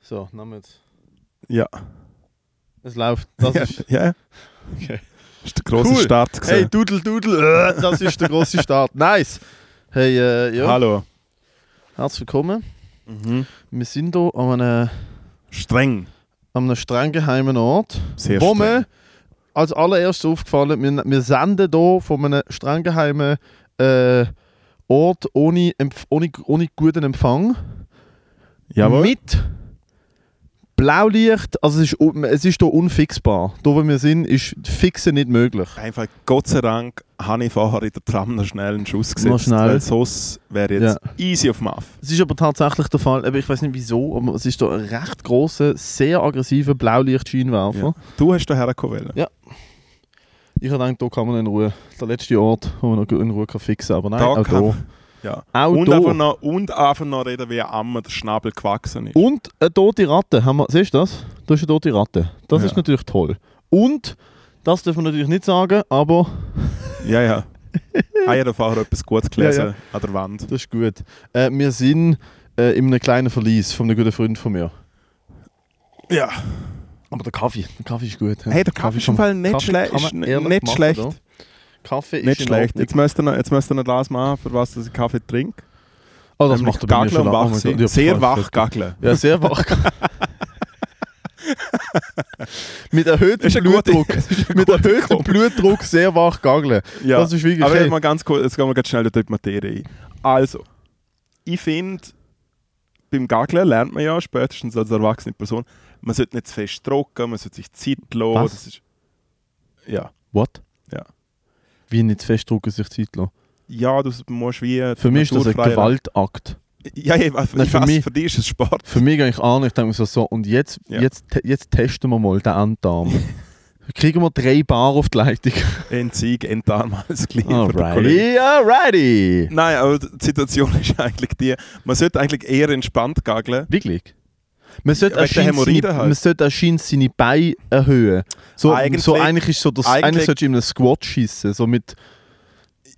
So, nehmen wir jetzt. Ja. Also Es läuft. Das ja, ist, ja. okay. Das ist der grosse Cool. Start. Hey, gewesen. Dudel, Dudel, äh, das ist der große Start. Nice. Hey, äh, ja, Mhm. Hallo. herzlich willkommen. Wir sind hier an einem, Streng. an einem streng geheimen Ort, Sehr wo streng. mir als allererstes aufgefallen wir, wir senden hier von einem streng geheimen äh, Ort ohne, Empf- ohne, ohne guten Empfang. Jawohl. Mit Blaulicht, also es ist, un- es ist hier unfixbar. Da, wo wir sind, ist Fixen nicht möglich. Einfach Gott sei Dank habe ich vorher in der Tram noch schnell einen Schuss gesetzt. Noch schnell. Weil sonst wäre jetzt easy auf Muff. Es ist aber tatsächlich der Fall, aber ich weiß nicht wieso, aber es ist da ein recht großer, sehr aggressiver Blaulicht-Scheinwerfer. Du hast hierher kommen Ich habe gedacht, da kann man in Ruhe. Der letzte Ort, wo man noch in Ruhe kann fixen kann. Aber nein, Da auch kann- hier. ja. Auch Und Oh, da. einfach, noch, und einfach noch reden, wie am der Schnabel gewachsen ist. Und eine tote Ratte. Haben wir, siehst du das? Da ist eine tote Ratte. Das Ja. ist natürlich toll. Und, das dürfen wir natürlich nicht sagen, aber Ja, ja. Habe ich habe vorher etwas Gutes gelesen Ja, an der Wand. das ist gut. Äh, wir sind äh, in einem kleinen Verlies von einem guten Freund von mir. Ja. Aber der Kaffee, der Kaffee ist gut. Hey, der Kaffee ist im Fall nicht, Kaffee schle kann ist man n- ehrlich nicht machen, schlecht. da. Kaffee ist Nicht in schlecht. Ordnung. Jetzt müsst, ihr noch, jetzt müsst ihr noch das machen, für was dass ich Kaffee trinke. Oh, das Nämlich macht er bei mir gageln schon und lange. wach Oh mein sein. Gott, ich hab Sehr voll wach vergessen. gageln. Ja, sehr wach. Mit erhöhtem Ist eine gute- Blutdruck. Mit erhöhtem Kombi. Blutdruck sehr wach gageln. Ja. Das ist wirklich Aber hey, jetzt mal ganz kurz, jetzt gehen wir ganz schnell dort in die Materie ein. Also, ich finde, beim Gageln lernt man ja spätestens als erwachsene Person, man sollte nicht zu fest drucken, man sollte sich Zeit lassen. Was? Das ist, ja. What? Ja. Wie nicht zu festdrucken, sich Zeit lassen. ja, du musst wie... Für mich ist das ein naturfrei- Gewaltakt. Ja, ja, ich weiß, Nein, ich für weiß, mich- für dich ist es Sport. Für mich gehe ich an, ich denke mir so, so und jetzt, Ja. jetzt, te- jetzt testen wir mal den Enddarm. Kriegen wir drei Bar auf die Leitung. Entzug, Enddarm, alles gleich. für den Alrighty, Kollegen. alrighty. Nein, aber die Situation ist eigentlich die, man sollte eigentlich eher entspannt gageln. Wirklich? Man sollte Ja, wegen der anscheinend Hämorrhoiden seine, halt. man sollte anscheinend seine Beine erhöhen. So eigentlich, Eigentlich- so, eigentlich ist so das, eigentlich, eigentlich- solltest du in einem Squat schießen. So mit,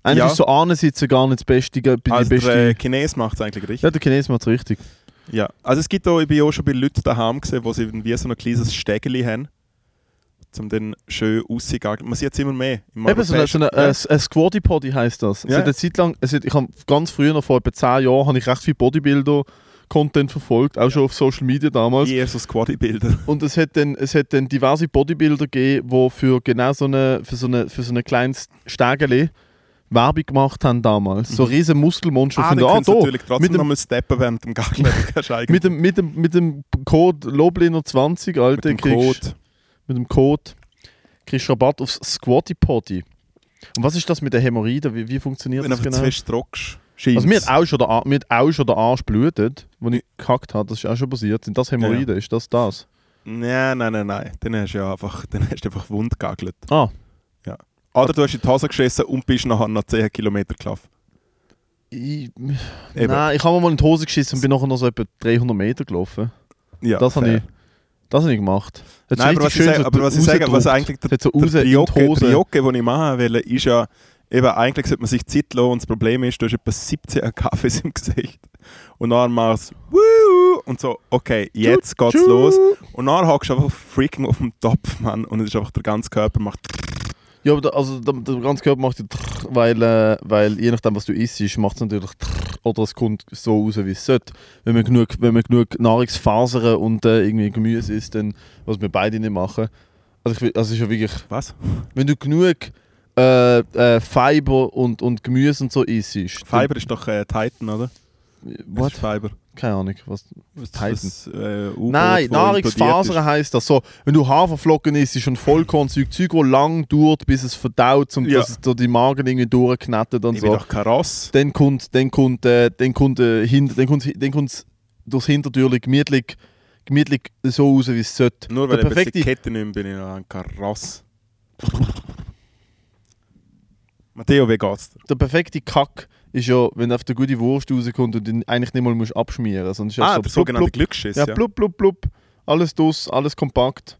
eigentlich Ja. ist so ansitzen gar nicht das Beste. ge- Die Also beste der Chines macht es eigentlich richtig. ja, der Chines macht es richtig. Ja, also es gibt auch, ich bin auch schon bei Leuten daheim gesehen, wo sie irgendwie so ein kleines Stegeli haben, um dann schön auszugageln. Man sieht es immer mehr. Im Eben so eine, so eine, ja. äh, ein Squatty Potty heisst das. Es Ja. hat eine Zeit lang, es hat, ich habe ganz früher, noch vor etwa 10 Jahren, habe ich recht viel Bodybuilder-Content verfolgt, auch schon auf Social Media damals. eher so Squatty-Bilder. Und es hat dann, es hat dann diverse Bodybuilder gegeben, die für genau so eine, für so eine, für so ein kleines Stegeli Werbung gemacht haben damals. So riesen Muskelmonster. Mhm. Ah, von dann der- können sie da, natürlich trotzdem mit dem- nochmal steppen während dem Gageln. Du kannst eigentlich mit dem, mit dem, mit dem Code Lobliner20, Alter, mit dem kriegst, Code. mit dem Code kriegst du Rabatt aufs Squatty Potty. Und was ist das mit der Hämorrhoide? Wie, wie funktioniert Wenn du das einfach genau? zu fest druckst, Also mir scheint's. hat auch schon der, Ar- mir hat auch schon der Arsch blutet, wo ich gekackt habe. Das ist auch schon passiert. Sind das Hämorrhoiden? Ist das das? Nein, nein, nein, nein. Dann hast du ja einfach, dann hast du einfach wund gegagelt. Ah, Oder du hast in die Hose geschissen und bist nachher noch 10 Kilometer gelaufen. ich, Eben. Nein, ich habe mir mal in die Hose geschissen und bin nachher noch so etwa 300 Meter gelaufen. Ja, Das habe fair. ich, das habe ich gemacht. Hat so Nein, aber richtig was schön ich, sage, so aber was ich sage, was rausgedruckt. eigentlich der, Es hat so raus der in die Triocke, Hose. Triocke, den ich machen will, ist ja, eben eigentlich sollte man sich Zeit lassen und das Problem ist, du hast etwa 17 Kaffees im Gesicht. Und dann machst du «Wuhu!» und so, okay, jetzt geht's Tschu. los. Und dann hockst du einfach freaking auf dem Topf, Mann, und es ist einfach der ganze Körper macht Ja, aber der, also der, der ganze Körper macht ja trrr, weil, äh, weil je nachdem, was du isst, macht es natürlich trrr, oder es kommt so raus, wie es sollte. Wenn man genug, wenn man genug Nahrungsfasern und äh, irgendwie Gemüse isst, dann, was wir beide nicht machen. Also, ich, will- also es ist ja wirklich, was? wenn du genug äh, äh, Fiber und, und Gemüse und so isst, dann- Fiber ist doch äh, Titan, oder? Das Hm. What? Ist Fiber. Keine Ahnung. Was, Was, Titan. Das, äh, U-Boot, Nein, wo implodiert Nahrungsfasern heisst das so. Wenn du Haferflocken isst, ist schon Vollkornzeug, Zeug, wo lang dauert, bis es verdaut und Ja. dass es durch die Magen irgendwie durchknetet ist. und Ich bin so. doch kein Ross. Dann kommt, dann kommt, äh, dann kommt, äh, hinter, dann kommt, dann kommt durchs Hintertürli gemütlich, gemütlich so raus, wie es sollte. Nur weil Der ich jetzt die perfekte- Kette nehme, bin ich noch ein Kaross. Matteo, wie geht's dir? Der perfekte Kack ist ja, wenn auf der gute Wurst rauskommt und den eigentlich nicht mal musst abschmieren. Sonst ist Ah, so der sogenannte blub, Glücksschiss. blub, ja, blub, blub, blub. Alles dus, alles kompakt.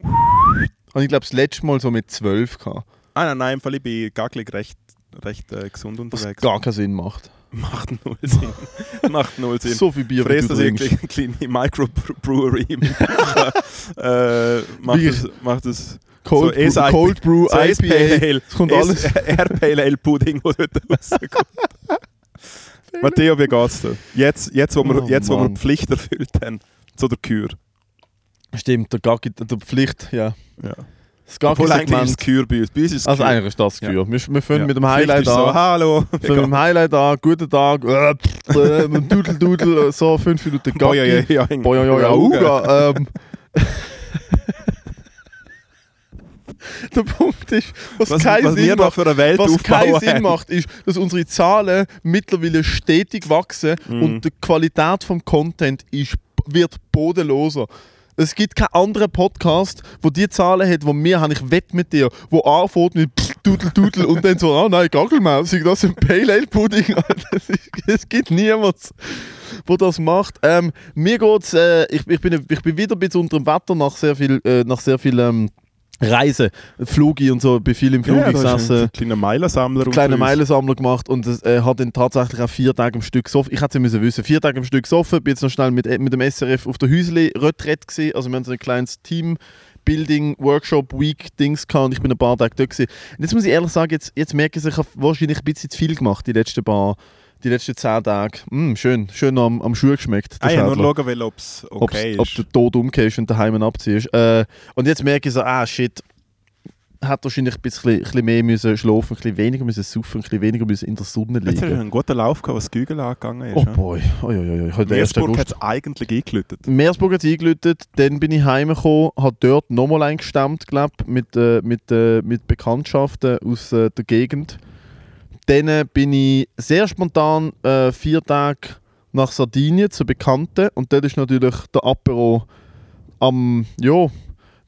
Und ich glaube, das letzte Mal so mit 12 gehabt. Ah, nein, nein, im Fall ich bin gacklig recht, recht äh, gesund Was unterwegs. gar keinen Sinn macht. Macht null Sinn. Macht null Sinn. So viel Bier, wie Fräst du das irgendwie trinkst. eine kleine Microbrewery im äh, macht, Wirklich? das, macht das Cold, so Brew, SIP. Cold Brew, so eh IPA. SPL, Es kommt alles. RPL-Pudding, der dort rauskommt. Matteo, wie geht's dir? Jetzt, jetzt wo wir, Oh, jetzt, wo wir Mann. die Pflicht erfüllt haben, zu der Kür. Stimmt, der Gaggi, der Pflicht, ja. Ja. Das Obwohl eigentlich ist es Gaggi-Segment. Kür bei uns. Bei uns ist es Also Kür. eigentlich ist das Gür. Wir, wir fangen Ja. mit dem Pflicht Highlight ist an. So, Hallo, wie Fangen mit dem Highlight an. Guten Tag. Äh, pff, äh, mit dem Dudel, Dudel. äh, So, fünf Minuten geht's? Boi, oi, Gaggi. oi, oi. Boi, oi, oi, Auga. Ähm, Der Punkt ist, was, Was, keinen was wir Sinn da macht, für eine Welt was keinen aufbauen Sinn haben. macht, ist, dass unsere Zahlen mittlerweile stetig wachsen Mhm. und die Qualität vom Content ist, wird bodenloser. Es gibt keinen anderen Podcast, wo die Zahlen hat, wo wir haben. Ich wette mit dir, wo anfängt mit Pff, Dudel Dudel und dann so, ah nein, Gaggelmäusig, das ist ein Pale Ale Pudding. Das ist- Es gibt niemanden, wo das macht. Ähm, mir geht's, äh, ich, ich, bin, ich bin wieder ein bisschen unter dem Wetter nach sehr viel, äh, nach sehr viel ähm, Reisen, Flugi und so, bin viel im Flug Ja, da ist gesessen ein kleiner Meilensammler. unter kleinen uns. Meilensammler gemacht und es, äh, hat dann tatsächlich auch vier Tage am Stück gesoffen. Ich hätte es ja müssen wissen. Vier Tage am Stück gesoffen, bin jetzt noch schnell mit, äh, mit dem SRF auf der Häusle Retrett gesehen. Also wir haben so ein kleines Team. Building, Workshop, Week, Dings gehabt und ich bin ein paar Tage dort. Gewesen. Und jetzt muss ich ehrlich sagen, jetzt, jetzt merke ich, ich habe wahrscheinlich ein bisschen zu viel gemacht die letzten paar, die letzten zehn Tage. Mm, schön, schön am, am Schuh geschmeckt. der Ah, ich wollte Schädler nur schauen, will, ob es okay ob's, ob ist. der Tod umgehst und daheim abziehst. Äh, und jetzt merke ich so, ah shit, hat wahrscheinlich ein bisschen, ein bisschen mehr müssen schlafen, ein bisschen weniger müssen saufen, ein bisschen weniger müssen in der Sonne Jetzt hast du liegen. einen guten Lauf gehabt, was das Gügel angegangen Oh ist. ja. boy, oi, oi, oi, oi. heute der 1. Meersburg August. hat es eigentlich eingelötet. Meersburg hat eingeläutet, dann bin ich heimgekommen, habe dort nochmal eingestammt, glaube mit, äh, mit, äh, mit Bekanntschaften aus äh, der Gegend. Dann äh, bin ich sehr spontan äh, vier Tage nach Sardinien zu Bekannten und dort ist natürlich der Apero am, ja,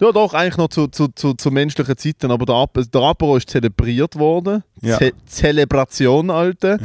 ja doch, eigentlich noch zu, zu, zu, zu menschlichen Zeiten, aber der, Ap der Apero ist zelebriert worden. Ja. Ze Zelebration, Alter.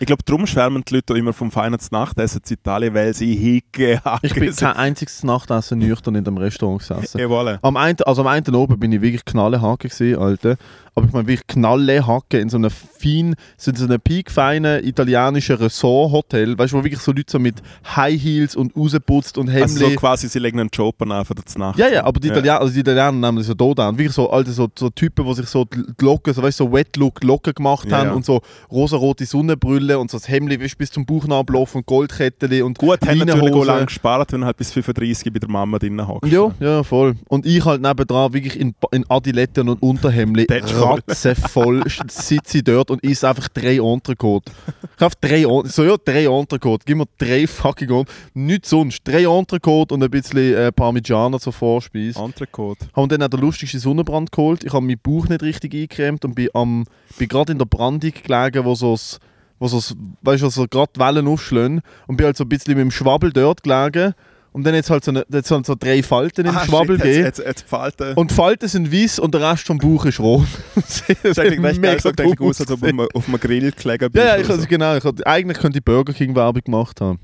Ich glaube, darum schwärmen die Leute auch immer vom Feinen zu Nachtessen in Italien, weil sie hingehen. Ich bin kein einziges Nachtessen nüchtern in dem Restaurant gesessen. Jawohl. Am einen, also am einen oben bin ich wirklich knallehacke gewesen, Alter. Aber ich meine wirklich knallehacke in so einem fein, so in so einem piekfeinen italienischen Ressort-Hotel, weißt du, wo wirklich so Leute so mit High Heels und rausgeputzt und Also so Hemdli. quasi, sie legen einen Job an für die Nacht. ja, ja, aber die Italiener, also die Italiener nehmen das so tot an. Wirklich so alte so, so Typen, die sich so die die Locken, so weißt du, so Wet Look Locken gemacht Ja, haben ja. und so rosarote Sonnenbrille und so das Hemdli weißt du, bis zum Bauchnabel und Goldkettchen und Gut, haben natürlich auch Leinenhosen. lange gespart, wenn du halt bis 35 bei der Mama drinnen hockst. Ja, ja, voll. Und ich halt nebendran wirklich in, in Adiletten und Unterhemdli Das ist voll. ratzevoll sch- sitze ich dort und esse einfach drei Entrecote. Ich kaufe drei Entrecote. So, ja, drei Entrecote. Gib mir drei fucking Entrecote. Nichts sonst. Drei Entrecote und ein bisschen äh, Parmigiana zur Vorspeise. Andere Code. Haben dann auch den lustigsten Sonnenbrand geholt. Ich habe meinen Bauch nicht richtig eingecremt und bin, am- bin gerade in der Brandung gelegen, wo so das, wo so das, weißt du, so gerade die Wellen aufschlagen und bin halt so ein bisschen mit dem Schwabbel dort gelegen und dann jetzt halt so, eine, jetzt halt so drei Falten im Schwabbel Ah, shit, gegeben. jetzt, jetzt, jetzt Falten. Und die Falten sind weiß und der Rest vom Bauch ist rot. das das ist eigentlich recht geil, so eigentlich dumm aus, als ob ausgesehen. du auf einem- auf einem Grill gelegen bist. Ja, ja, oder ich, also so. genau. Ich, hab- eigentlich könnte ich Burger King Werbung gemacht haben.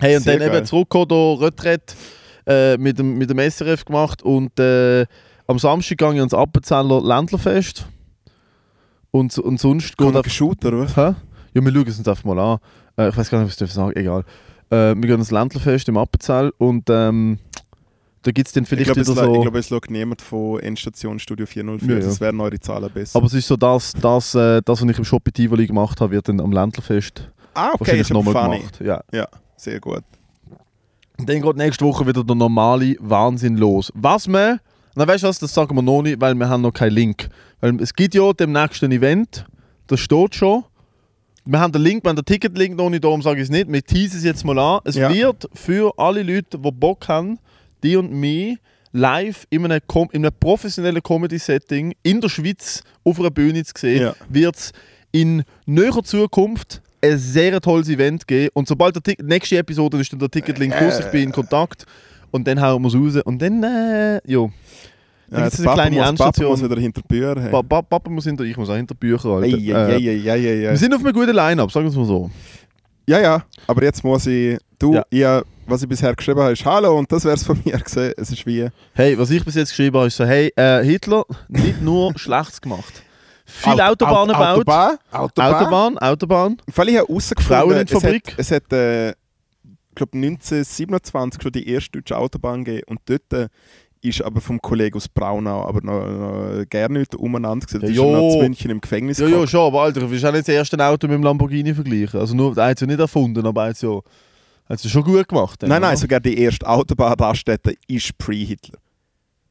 Hey, und Sehr dann geil. eben zurückgekommen, hier Retrett äh, mit, dem, mit dem SRF gemacht und äh, am Samstag gehe ich ans Appenzeller Ländlerfest. Und, so- und sonst geht Gut, einfach. geschaut, oder was? Hä? Ja, wir schauen es uns einfach mal an. Äh, ich weiß gar nicht, was ich darf sagen egal. Äh, wir gehen ans Ländlerfest im Appenzell und ähm, da gibt es dann Ich vielleicht glaube, es, wieder la- ich so. glaub, es schaut niemand von Endstation Studio 404. Ja, ja. Das wären eure Zahlen besser. Aber es ist so, das, das, äh, das, was ich im Shopping Tivoli gemacht habe, wird dann am Ländlerfest ah, okay, wahrscheinlich ist aber nochmal funny. gemacht. Ja. Ja, sehr gut. Und dann geht nächste Woche wieder der normale Wahnsinn los. Was wir, na weißt du was, das sagen wir noch nicht, weil wir haben noch keinen Link. Weil es gibt ja dem nächsten Event, das steht schon. Wir haben den Link, wir haben den Ticketlink noch nicht, darum sage ich es nicht. Wir teasen es jetzt mal an. Es Ja. wird für alle Leute, die Bock haben, die und mich, live in einem, Com in einem professionellen Comedy-Setting in der Schweiz auf einer Bühne zu sehen, Ja. wird es in näherer Zukunft ein sehr tolles Event geben. Und sobald der Tick nächste Episode ist dann der Ticketlink Äh. raus, ich bin in Kontakt. Und dann hauen wir es raus. Und dann, äh, jo. Dann Ja, gibt's eine der Papa kleine muss- Papa Endstation. muss wieder hinter die Bühne. Hey. Pa pa Papa muss hinter, ich muss auch hinter die Bücher, Alter. Ei, ei, Äh, ei, ei, ei, ei, ei. wir sind auf einem guten Line-Up, sagen wir es mal so. Ja, ja, aber jetzt muss ich. Du, Ja. ihr, was ich bisher geschrieben habe, ist Hallo und das wär's von mir gewesen. Es ist wie. Hey, was ich bis jetzt geschrieben habe, ist so, hey, äh, Hitler, nicht nur Schlechtes gemacht. Viele Aut- Autobahnen Aut- baut. Autobahn. Autobahn. Autobahn, Autobahn. Im Fall ich habe Frauen herausgefunden, in die Fabrik. es hat, es hat äh, ich glaube 1927 schon die erste deutsche Autobahn gegeben und dort äh, ist aber vom Kollegen aus Braunau aber noch, noch äh, gar nicht umeinander gewesen. Da ist Jo. er noch zu München im Gefängnis Ja, ja, gehockt. schon, aber Alter, du willst auch nicht das erste Auto mit dem Lamborghini vergleichen. Also nur, der hat es ja nicht erfunden, aber er hat es ja, hat's ja schon gut gemacht. dann, Nein, nein, oder? sogar die erste Autobahnraststätte ist pre-Hitler.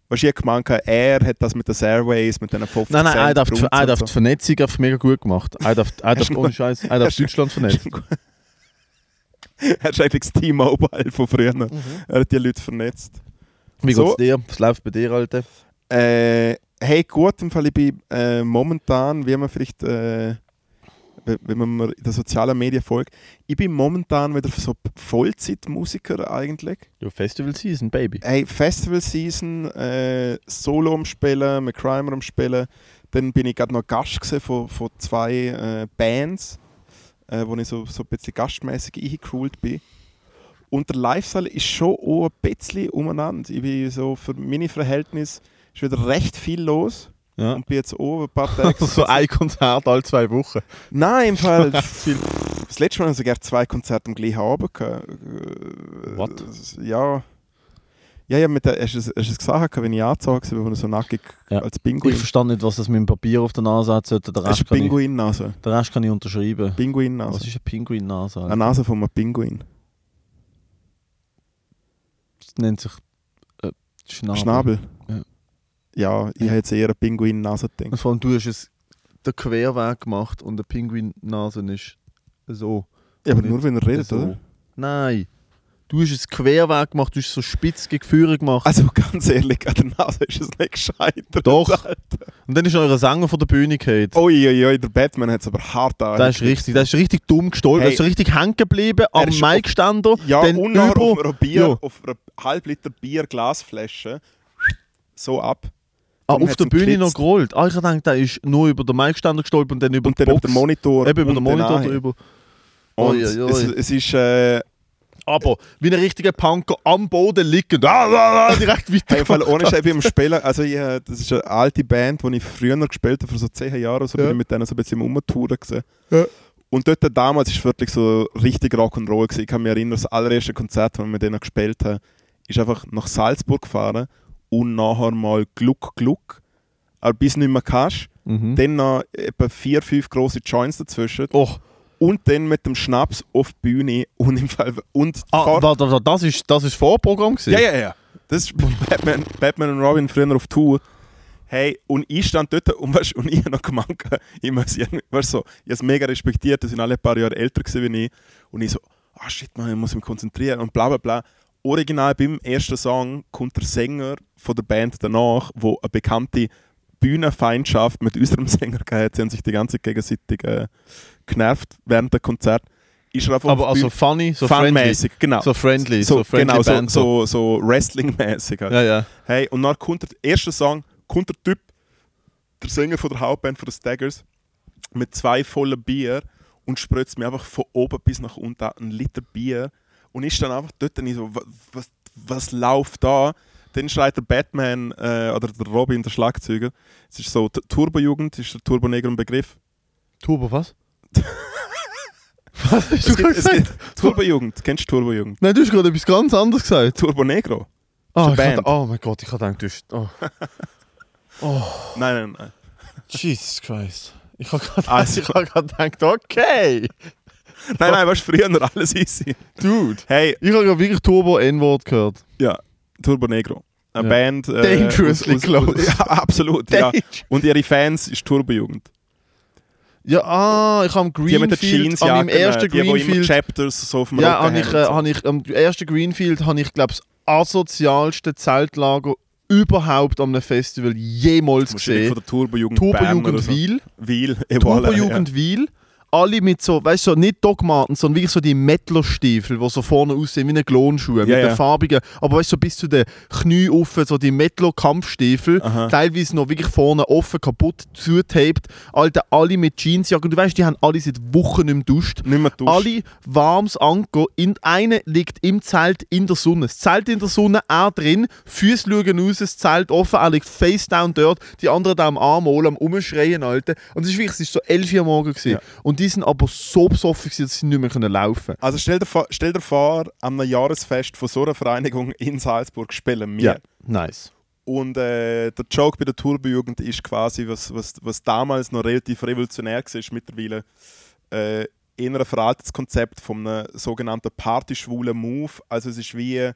Weißt du, ich habe gemeint, er hat das mit den Airways, mit diesen 50 Nein, nein, einer Cent darf, die- Grundsatz einer darf und die Vernetzung einfach mega gut gemacht. Einer darf, einer darf ohne Scheiß, einer darf Hast du- Deutschland vernetzen. so. Er ist eigentlich das T-Mobile von früher. Mhm. Er hat die Leute vernetzt. Wie So. geht's dir? Was läuft bei dir, Alter? Äh, hey, gut, im Fall ich bin äh, momentan, wie man vielleicht, äh, we- wenn man mir in den sozialen Medien folgt, ich bin momentan wieder so Vollzeitmusiker eigentlich. Ja, Festival Season, Baby. Hey, Festival Season, äh, Solo am Spielen, mit Crimer am Spielen. Dann bin ich gerade noch Gast gewesen von, von zwei äh, Bands, äh, wo ich so, so ein bisschen gastmäßig eingecrewt bin. Und der Lifestyle ist schon auch ein bisschen umeinander. Ich bin so für meine Verhältnisse ist wieder recht viel los. Ja. Und bin jetzt auch ein paar Tage. so ein Konzert alle zwei Wochen. Nein, im Fall. das letzte Mal haben sogar zwei Konzerte am gleichen Abend gehabt. Äh, What? das- Ja. Ja, ja, mit der, hast du es- hast du es gesagt, gehabt, wenn ich angezogen war, wo ich so nackig Ja. als Ich Pinguin. verstand nicht, was das mit dem Papier auf der Nase hat. sollte. Der Das Rest, ist kann ich, Pinguin-Nase. der Rest kann ich unterschreiben. Was Pinguin-Nase. ist eine Pinguin-Nase? Eine Nase von einem Pinguin. Das nennt sich äh, Ähm, Schnabel. Schnabel. Ja. Ja, ich hätte jetzt eher eine Pinguin-Nase Und gedacht. vor allem du hast es den Querweg gemacht und der Pinguin-Nase ist so. Ja, aber nur wenn er redet, so. oder? Nein. Du hast es Querweg gemacht, du hast so spitz gegen Führer gemacht. Also ganz ehrlich, an der Nase ist es nicht gescheitert. Doch. Alter. Und dann ist noch ein Sänger von der Bühne gefallen. Oh, Uiuiui, der Batman hat es aber hart an. Das ist richtig, das ist richtig dumm gestohlen. Hey. Das ist richtig hängen geblieben Er am ist Mic-Ständer. Ja, dann und nachher auf über. einer, Bier, Ja. auf einer halb Liter Bier Glasflasche so ab Ah, Darum auf hat's der ihn Bühne noch geblitzt. gerollt. Ah, ich dachte, der ist nur über den Mic-Ständer gestolpert und dann über und die dann über Box. den Monitor Eben über und den Monitor dann an. drüber. Und Uiuiui. es, es ist äh, Aber wie ein richtiger Punker am Boden liegend. Ah, ah, ah, direkt hey, im Fall weiter. ohne Scheiß beim Spielen, also ich, äh, das ist eine alte Band, die ich früher gespielt habe, vor so 10 Jahren, so Ja. bin ich mit denen so ein bisschen rumtouren gewesen. Ja. Und dort damals war wirklich so richtig Rock'n'Roll. gewesen. Ich kann mich erinnern, das allererste Konzert, das wir mit denen gespielt haben, ist einfach nach Salzburg gefahren und nachher mal Gluck Gluck, aber bis du nicht mehr kannst. Mhm. dann noch etwa vier, fünf große Joints dazwischen Och. und dann mit dem Schnaps auf die Bühne und im Fall und Ah, vor- warte, warte, das ist, das ist Vorprogramm gewesen. ja, ja, ja. Das ist Batman, Batman und Robin früher auf Tour. Hey, und ich stand dort und, weißt, und ich habe noch gemeint, ich muss irgendwie, weißt, so, ich habe es mega respektiert, die sind alle ein paar Jahre älter gewesen wie ich. Und ich so, ah shit, man, ich muss mich konzentrieren und bla bla bla. Original beim ersten Song kommt der Sänger von der Band danach, wo eine bekannte Bühnenfeindschaft mit unserem Sänger hatte. Sie haben sich die ganze Zeit gegenseitig äh, genervt während dem Konzert. Ist er einfach Aber auf die also ah, funny, so Bühne- friendly. funmäßig, genau. So friendly, so, So, friendly genau, so, Band. so, so Wrestling-mäßig. Halt. Ja, ja. Hey, und dann kommt der erste Song, kommt der Typ, der Sänger von der Hauptband von den Staggers, mit zwei vollen Bier und spritzt mir einfach von oben bis nach unten einen Liter Bier. Und ich stand einfach dort und ich so, was, was, was läuft da? Dann schreit der Batman äh, oder der Robin, der Schlagzeuger. Es ist so, T- Turbo-Jugend ist der Turbo-Neger ein Begriff. Turbo was? was hast du Es gibt, gerade es gesagt? gibt Turbo-Jugend, kennst du Turbo-Jugend? Nein, du hast gerade etwas ganz anderes gesagt. Turbo-Negro? Ah, eine ich Band. hatte, oh mein Gott, ich habe gedacht, du hast... Oh. Nein, nein, nein. Jesus Christ. Ich habe gerade Also- ich hab grad gedacht, okay, Nein, nein, weißt du, früher alles easy. dude. Hey, Ich habe gerade wirklich Turbo N-Wort gehört. Ja, Turbo Negro. Eine Ja. Band. äh, Dangerously aus- aus- close. Ja, absolut, ja. Dang. Und ihre Fans ist Turbojugend. Ja, ah, ich habe Die mit den Greenfield, Jeans, äh, eh, an meinem ersten die, die immer Greenfield Chapters so auf dem Ja, Rücken habe ich, haben. äh, hab ich am ersten Greenfield habe ich glaube das asozialste Zeltlager überhaupt am einem Festival jemals Wahrscheinlich gesehen. von der Turbojugend Bern oder Turbojugend so. Wiel, Wiel. eh, voilà, Turbojugend Wiel, alle mit so, weißt du, so, nicht Dogmaten, sondern wirklich so die Mettlerstiefel, die so vorne aussehen wie eine Klonschuhe, mit Ja, den ja. farbigen, aber weißt du, so bis zu den Knie offen, so die Mettler-Kampfstiefel, Aha. teilweise noch wirklich vorne offen, kaputt, zutaped, Alter, alle mit Jeansjacken, du weißt, die haben alle seit Wochen nicht mehr duscht. Nicht mehr duscht. Alle warms Anker, in, eine liegt im Zelt in der Sonne. Das Zelt in der Sonne, er drin, Füße schauen raus, das Zelt offen, er liegt face down dort, die anderen da am Arm holen, am Umschreien, Alter. Und es ist wirklich, es ist so 11 Uhr morgens. Ja. Ja. Und die sind aber so besoffen, gewesen, dass sie nicht mehr können laufen konnten. Also stell dir, vor, stell dir vor, am Jahresfest von so einer Vereinigung in Salzburg spielen wir. nice. Und äh, der Joke bei der Turbojugend ist quasi, was, was, was damals noch relativ revolutionär war, ist mittlerweile äh, eher ein veraltetes Konzept von einem sogenannten partyschwulen Move. Also es ist wie,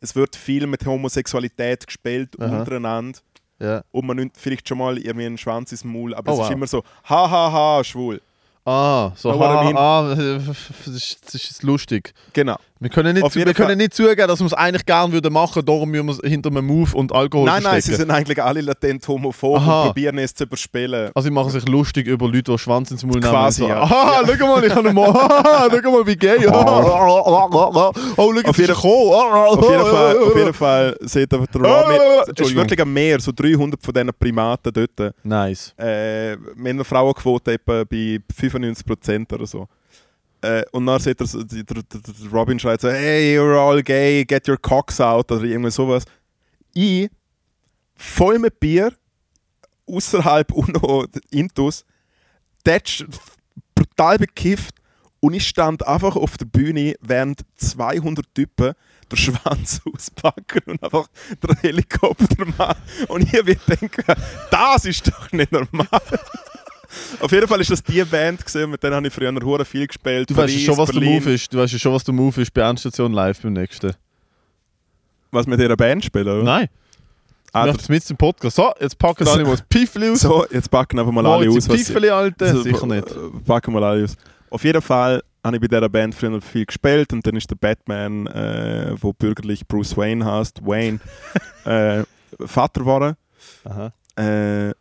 es wird viel mit Homosexualität gespielt Aha. untereinander Ja. und man nimmt vielleicht schon mal irgendwie einen Schwanz ins Maul, aber Oh, es ist wow. immer so, hahaha, schwul. Ah, so, Know what I ha, mean? ah, das ist, das ist lustig. Genau. Wir können nicht, Auf wir jeden Fall- können nicht zugeben, dass wir es eigentlich gerne würden machen, darum müssen wir es hinter einem Move und Alkohol Nein, nein, sie verstecken. sind eigentlich alle latent homophob Aha. und probieren es zu überspielen. Also, sie machen sich lustig über Leute, die Schwanz ins Maul nehmen. Quasi, so, ja. Aha, schau mal, ich habe mal. Haha, schau mal, wie gay. oh, schau, Auf jetzt ist jeden- er gekommen. Auf jeden Fall, auf jeden Fall sieht der der Raw Ah, mehr, es ist Entschuldigung. wirklich ein Meer, so 300 von diesen Primaten dort. Nice. Äh, Männer-Frauen-Quote etwa bei 95% oder so. Äh, und dann sieht er, so- die- der, der, der Robin schreit so, hey, you're all gay, get your cocks out oder irgendwie sowas. Ich, voll mit Bier, außerhalb UNO Intus, das brutal bekifft und ich stand einfach auf der Bühne, während 200 Typen den Schwanz auspacken und einfach den Helikopter machen. Und ich würde denken, das ist doch nicht normal. auf jeden Fall ist das die Band, gewesen, mit denen habe ich früher hure viel gespielt. Du weißt ja Paris, schon, was Berlin. der Move ist. Du weißt ja schon, was der Move ist bei Endstation live beim nächsten. Was mit ihrer Band spielen, oder? Nein. Ich Ah, mache das mit im Podcast. So, jetzt packen So- alle mal das Piffli aus. so, jetzt packen einfach mal alle Moritz, aus, die was sie- Piffli, Alter. Also, Sicher pa- nicht. äh, Packen wir alle aus. Auf jeden Fall habe ich bei dieser Band früher viel gespielt und dann ist der Batman, äh, wo bürgerlich Bruce Wayne heißt, Wayne, äh, Vater geworden Aha. äh,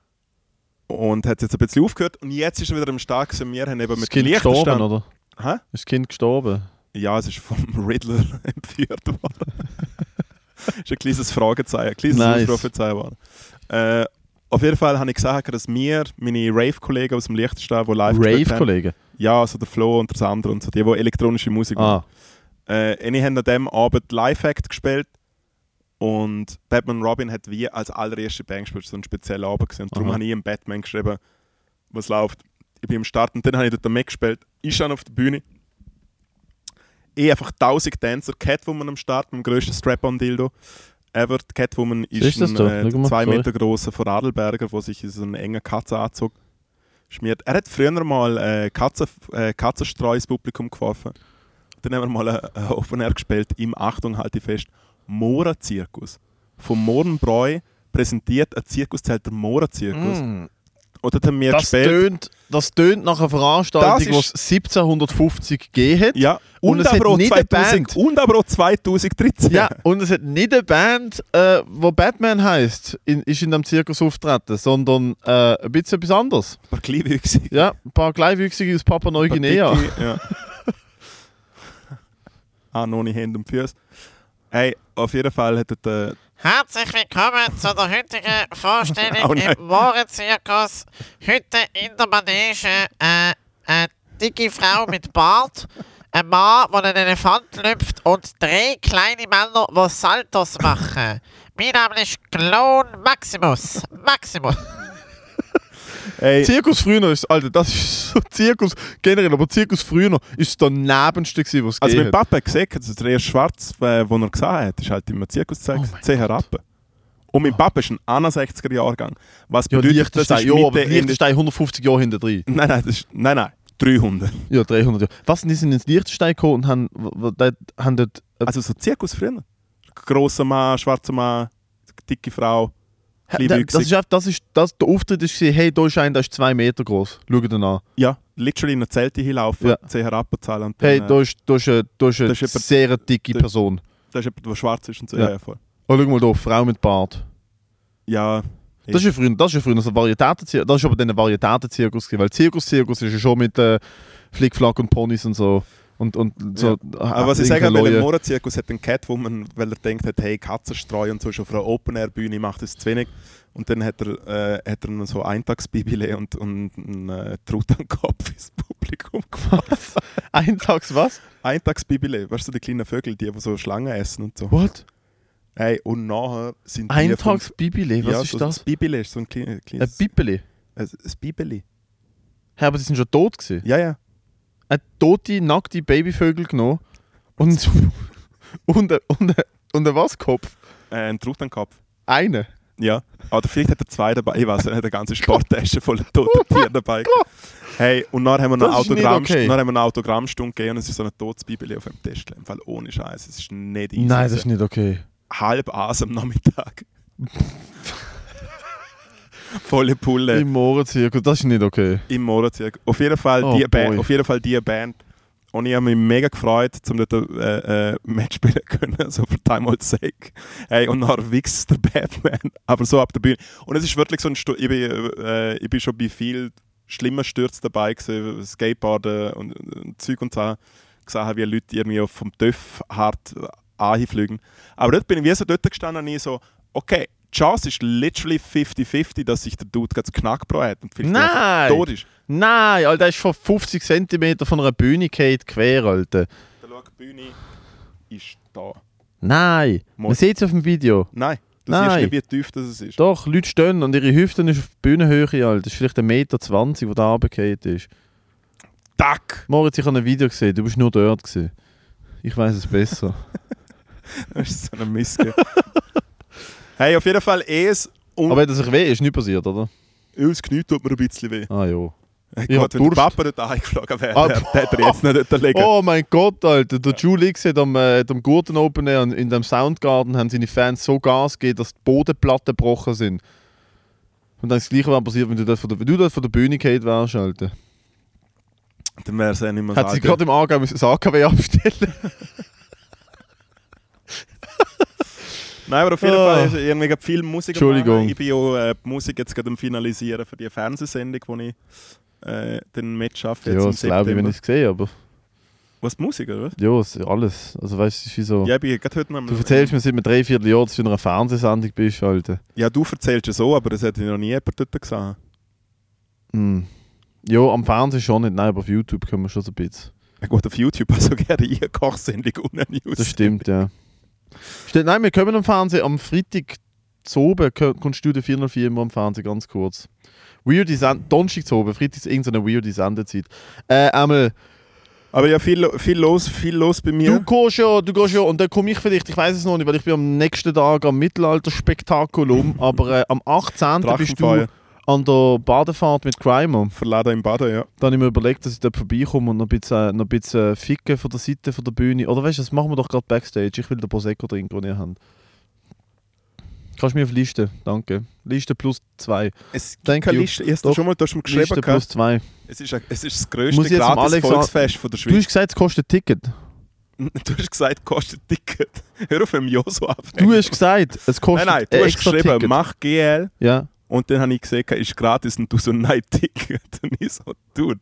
und hat jetzt ein bisschen aufgehört und jetzt ist er wieder im Start gewesen. Wir haben eben Ist das mit Kind gestorben, oder? Hä? Ist das Kind gestorben? Ja, es ist vom Riddler entführt worden. ist ein kleines Fragezeichen, ein kleines Nice. Ausrufezeichen geworden. Äh, auf jeden Fall habe ich gesagt, dass mir, meine Rave-Kollegen aus dem Liechtenstein, die live gespielt haben, Rave-Kollegen? Ja, also der Flo und der Sandro und so, die, die elektronische Musik Ah, Äh, und ich haben an diesem Abend Live-Act gespielt und Batman Robin hat wie als allererste Band gespielt, so ein spezieller Abend gewesen. Und darum Aha. habe ich im Batman geschrieben, was läuft. Ich bin am Start und dann habe ich dort mitgespielt. Ich stand auf der Bühne. Eh einfach 1000 Tänzer. Catwoman am Start mit dem grössten Strap-on-Dildo. Ever. Die Catwoman Siehst ist du das ein da? äh, Schau mal, zwei sorry. Meter großer Vorarlberger, der sich in so einen engen Katzenanzug schmiert. Er hat früher mal äh, Katzen, äh, Katzenstreu ins Publikum geworfen. Dann haben wir mal ein- ein Open Air gespielt im Achtung halte ich fest Mora Zirkus. Vom Mohrenbräu präsentiert ein Zirkuszelt der Mora Zirkus. Und dort haben Mm. wir das, gespielt. tönt, das tönt nach einer Das Veranstaltung, ist- die es 1750 gegeben hat. Ja, Und und, es hat aber auch nicht 2000, eine Band. und aber auch 2013. Ja, und es hat nicht eine Band, äh, wo Batman heißt, in, ist in dem Zirkus auftreten, sondern äh, ein bisschen etwas anderes. Ein paar Kleinwüchsige. Ja, ein paar Kleinwüchsige aus Papua Neuguinea. Dicke, Ja. ah, noch nicht Hände und Füße. Hey, auf jeden Fall hat äh, der. Herzlich willkommen zu der heutigen Vorstellung Oh nein. im Mohrenzirkus. Heute in der Manege äh, eine dicke Frau mit Bart, ein Mann, der einen Elefant lüpft und drei kleine Männer, die Saltos machen. mein Name ist Clown Maximus. Maximus. Hey, Zirkus früher ist, Alter, das ist so Zirkus generell, aber Zirkus früher ist der nebenste, gewesen, was es also mein gegeben hat. Papa hat gesagt, also der erste Schwarz, äh, den er gesehen hat, ist halt im Zirkus Oh gezeigt, mein Ah. 10 Rappen. Und mein Papa ist ein 61er-Jahrgang. Was Ja, bedeutet, das Liechtenstein, ist ja, aber Mitte, Ende, Liechtenstein 150 Jahre hinter drin. Nein, nein, das ist, nein, nein, 300. Ja, 300 Jahre. Was, die sind ins Liechtenstein gekommen und haben, w- w- dort- haben dort... äh, Also so Zirkus früher. Grosser Mann, schwarzer Mann, dicke Frau. das, kleinwüchsig. das ist, einfach- das ist, das, der Auftritt ist, gewesen, hey, da ist einer, der ist zwei Meter groß. Schau dir an. Ja, literally in ein Zelt hinlaufen, Ja. 10 Rappen zahlen. und Hey, dann, äh, da ist, da ist, eine- da ist eine Das ist jemand- sehr dicke da- Person. da ist jemand, der schwarz ist und so. Ja. Ja, ja, voll. Oh, schau mal da, Frau mit Bart. ja Das ist ja früher, das ist ja früher so ein Varietätenzirkus. Das ist aber dann ein Varietätenzirkus, gewesen, weil Zirkus-Zirkus ist ja schon mit äh, Flickflack und Ponys und so. Und, und so Aber was ich sagen will, der Mora-Zirkus hat einen Catwoman, weil er denkt hat, hey, Katzenstreu und so ist auf einer Open-Air-Bühne, macht das zu wenig. Und dann hat er, äh, hat er noch so Eintagsbibile und, und einen äh, Truttankopf ins Publikum geworfen. Eintags was? Eintagsbibile, weißt du, die kleinen Vögel, die, die so Schlangen essen und so. What? Hey, und nachher sind die Eintags Bibele? vom- Was ja, ist so das? Ein Bibele ist so ein kleines, Ein kleines Bibeli? ein, ein Bibeli. Hä, aber die sind schon tot gewesen. Ja, ja. eine tote, nackte Babyvögel genommen und und und und einen was Kopf? Äh, ein Truttankopf. Eine. Ja, oder vielleicht hat er zwei dabei, ich weiß nicht, eine ganze Sporttasche voller toter Tiere dabei. Hey, und dann haben wir noch Oh Das ist nicht Autogramm, okay. dann haben wir eine Autogrammstunde gegeben und es ist so eine Totsbibel auf dem Tisch. gelegen. Im Fall ohne Scheiß, es ist nicht easy. nicht okay. Halb Aas am Nachmittag. Volle Pulle Im Mohrenzirkus, das ist nicht okay. im Morazirk. Auf jeden Fall Oh, die Band, boy. auf jeden Fall die Band. Und ich habe mich mega gefreut, um dort äh, äh, Match spielen können, so für Time Old Sake. Hey, und nachher wächst der Batman, aber so ab der Bühne. Und es ist wirklich so ein Sturz, ich, bin, äh, ich bin schon bei viel schlimmer Stürzen dabei gewesen, Skateboarden und, und Zeug und so. Gesehen habe, wie Leute irgendwie auf vom Töff hart anfliegen. Aber dort bin ich wie so dort gestanden und ich so, okay, die Chance ist literally 50-50, dass sich der Dude gerade das Knackbrot hat und vielleicht Nein. tot ist. Nein, Alter, der ist vor 50 cm von einer Bühne geht quer, Alter. Der schau, die Bühne ist da. Nein, man Muss- sieht es auf dem Video. Nein, du Nein. siehst nicht, wie tief das es ist. Doch, Leute stehen und ihre Hüften ist auf Bühnenhöhe, Alter. Das ist vielleicht 1,20 Meter, wo der runtergefallen ist. Tack! Moritz, ich habe ein Video gesehen, du bist nur dort. Gewesen. Ich weiß es besser. Das ist so eine Mist. hey, auf jeden Fall es und Aber hat er sich weh? Ist nicht passiert, oder? Ja, das Knie tut mir ein bisschen weh. Ah ja. Hey, Ich hab Gott, wenn der Durst. Papa dort eingeflogen wäre, Ah, der der hätte er jetzt nicht dort liegen. Oh mein Gott, Alter. Der Drew Leaks hat am, äh, hat am guten Open Air und in dem Soundgarden haben seine Fans so Gas gegeben, dass die Bodenplatten gebrochen sind. Und dann ist das gleiche was passiert, wenn du dort von der, wenn du dort von der Bühne gehauen wärst, Alter. Dann wäre es ja nicht mehr Hat sie Alter. gerade im AG müssen das AKW abstellen. Nein, aber auf jeden Ah. Fall ist irgendwie gerade viel Musik am Entschuldigung. Machen. Ich bin ja äh, die Musik jetzt gerade am Finalisieren für die Fernsehsendung, die ich äh, dann mitschaffe. ja, jetzt im das glaube ich, wenn September. ich es sehe, aber. Was, die Musik, oder was? Ja, es- alles. Also weißt du, es ist wie so. Ja, ich bin gerade heute noch am- Du erzählst mir seit einem Dreivierteljahr, dass du in einer Fernsehsendung bist, Alter. Ja, du erzählst es so, aber das hätte ich noch nie jemand dort gesehen. Hm. Ja, am Fernsehen schon nicht, nein, aber auf YouTube können wir schon so ein bisschen. Ja gut, auf YouTube also gerne ich eine Kochsendung und eine News. Das stimmt, ja. Stimmt, nein, wir kommen am Fernsehen am Freitag zu oben, ko- kommt Studio 404 immer am Fernsehen, ganz kurz. Weirde Send Donnerstag zu oben, Freitag ist irgendeine weirde Sendezeit. Äh, einmal, Aber ja, viel, lo- viel, los, viel los bei du mir. gehst ja, du gehst ja, und dann komme ich vielleicht, ich weiß es noch nicht, weil ich bin am nächsten Tag am Mittelalter-Spektakulum, aber äh, am 18. bist du Drachenfeuer. an der Badefahrt mit Grimer. Verladen im Baden, ja. Dann habe ich mir überlegt, dass ich dort vorbeikomme und noch ein bisschen, noch ein bisschen ficken von der Seite von der Bühne. Oder weißt du, das machen wir doch gerade Backstage. Ich will den Prosecco trinken, den ihr habt. Kannst du mir auf Liste? Danke. Liste plus zwei. Es gibt Thank keine you. Liste. Erst Doch. schon mal, du hast mir Liste geschrieben, plus gehabt. zwei. es ist, ein- es ist das Muss grösste ich jetzt am gratis Alex Volksfest von der Du hast Schweiz. gesagt, es kostet ein Ticket. Du hast gesagt, kostet Ticket. Hör auf, im Joso ab. Du hast gesagt, es Nein, kostet nein, du ein hast extra geschrieben, Ticket. mach GL. Ja. Und dann habe ich gesehen, ist gratis und du so, nein, Ticket. Und ich so, du.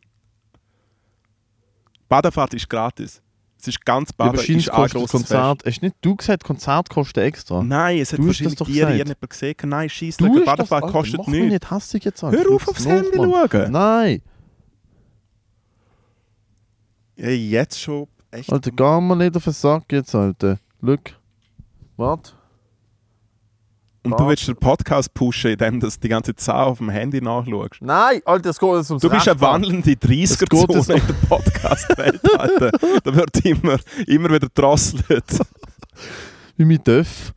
Badefahrt ist gratis. Es ist ganz Baden, Wahrscheinlich ist ein kostet das grosses Fest. Konzert. Hast nicht du gesagt, Konzert kostet extra? Nein, es hat Du hast wahrscheinlich das doch dir gesagt. jemand gesehen. Nein, scheiße, du hast das, Badefahrt Alter, kostet mach mich nichts. nicht hassig jetzt an. Hör auf, Schluss, aufs los, Handy Mann. schauen. Nein. Ja, jetzt schon echt. Alter, geh mal nicht auf den Sack jetzt, Alter. Glück. Warte. Und du willst den Podcast pushen, indem du die ganze Zeit auf dem Handy nachschaust. Nein, Alter, es geht jetzt ums Du bist Recht, eine wandelnde Es geht jetzt 30er-Zone in der Podcast-Welt, Alter. Da wird immer, immer wieder drosselt. Mann. Wie mit Döff.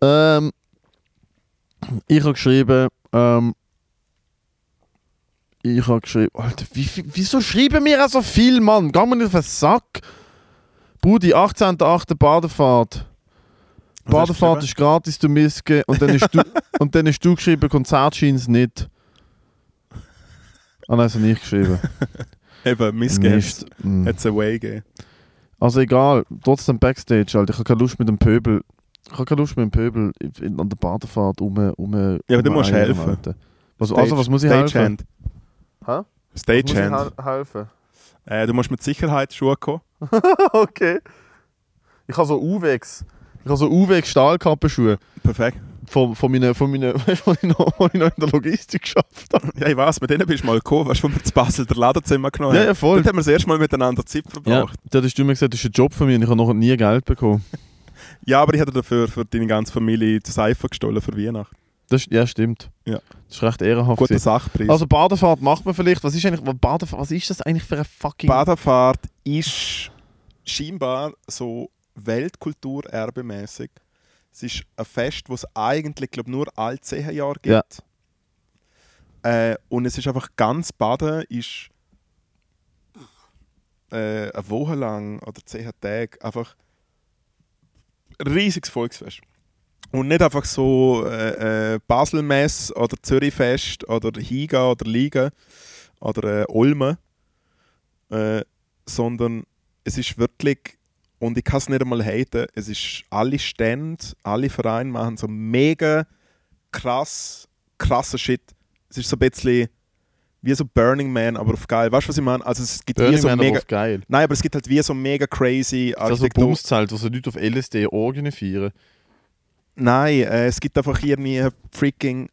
Ähm, ich habe geschrieben, ähm, ich habe geschrieben, Alter, wie, viel- wieso schreiben wir auch so viel, Mann? Geh mir nicht auf den Sack. Brudi, 18.8. Badefahrt. Badefahrt ist gratis, du Miske. Und dann ist du, und dann ist du geschrieben, Konzertscheins nicht. Ah nein, das habe ich geschrieben. Eben, Missgeist. Mist. Mm. Hat es Away gegeben. Also egal, trotzdem Backstage, Alter. Ich habe keine Lust mit dem Pöbel. Ich habe keine Lust mit dem Pöbel in, an der Badefahrt um. um Ja, aber du um musst eiern, helfen. Alter. Was, also, was also, muss ich helfen? Stagehand. Hä? Was muss ich Stagehand. hel- helfen? Äh, du musst mit Sicherheit Schuhe kommen. Okay. Ich habe so Uwex. Ich habe so Uwex Stahlkappenschuhe Perfekt. von, von meinen, von meinen, weißt du, die ich, noch- die ich noch in der Logistik geschafft habe. Ja, ich weiß, mit denen bist du mal gekommen, weißt du, wo wir zu Basel der Ladenzimmer genommen Ja, ja, voll. Dort haben wir das erste Mal miteinander Zeit Ja, verbracht. dort hast du mir gesagt, das ist ein Job für mich und ich habe noch nie Geld bekommen. Ja. aber ich hatte dafür für deine ganze Familie die Seife gestohlen für Weihnachten. Das, ist- ja, stimmt. Ja. Das ist recht ehrenhaft. Guter gewesen. Sachpreis. Also Badefahrt macht man vielleicht. Was ist eigentlich was Badefahrt, was ist das eigentlich für ein fucking Badafahrt ist scheinbar so weltkulturerbemäßig. Es ist ein Fest, das es eigentlich glaub, nur alle zehn Jahre Ja. gibt. Äh, und es ist einfach ganz Baden ist äh, eine Woche lang oder zehn Tage einfach ein riesiges Volksfest. Und nicht einfach so äh, äh, Baselmess oder Zürichfest oder Higa oder Liga oder äh, Olme, äh, sondern es ist wirklich, und ich kann es nicht einmal haten, es ist, alle Stände, alle Vereine machen so mega krass, krasser Shit. Es ist so ein bisschen wie so Burning Man, aber auf geil. Weißt du, was ich meine? Also es gibt wie Burning so Man, aber mega... auf geil. Nein, aber es gibt halt wie so mega crazy Das ist also Architektur- Bumszelt, wo so Leute auf LSD Orgien feiern. Nein, äh, es gibt einfach irgendwie freaking.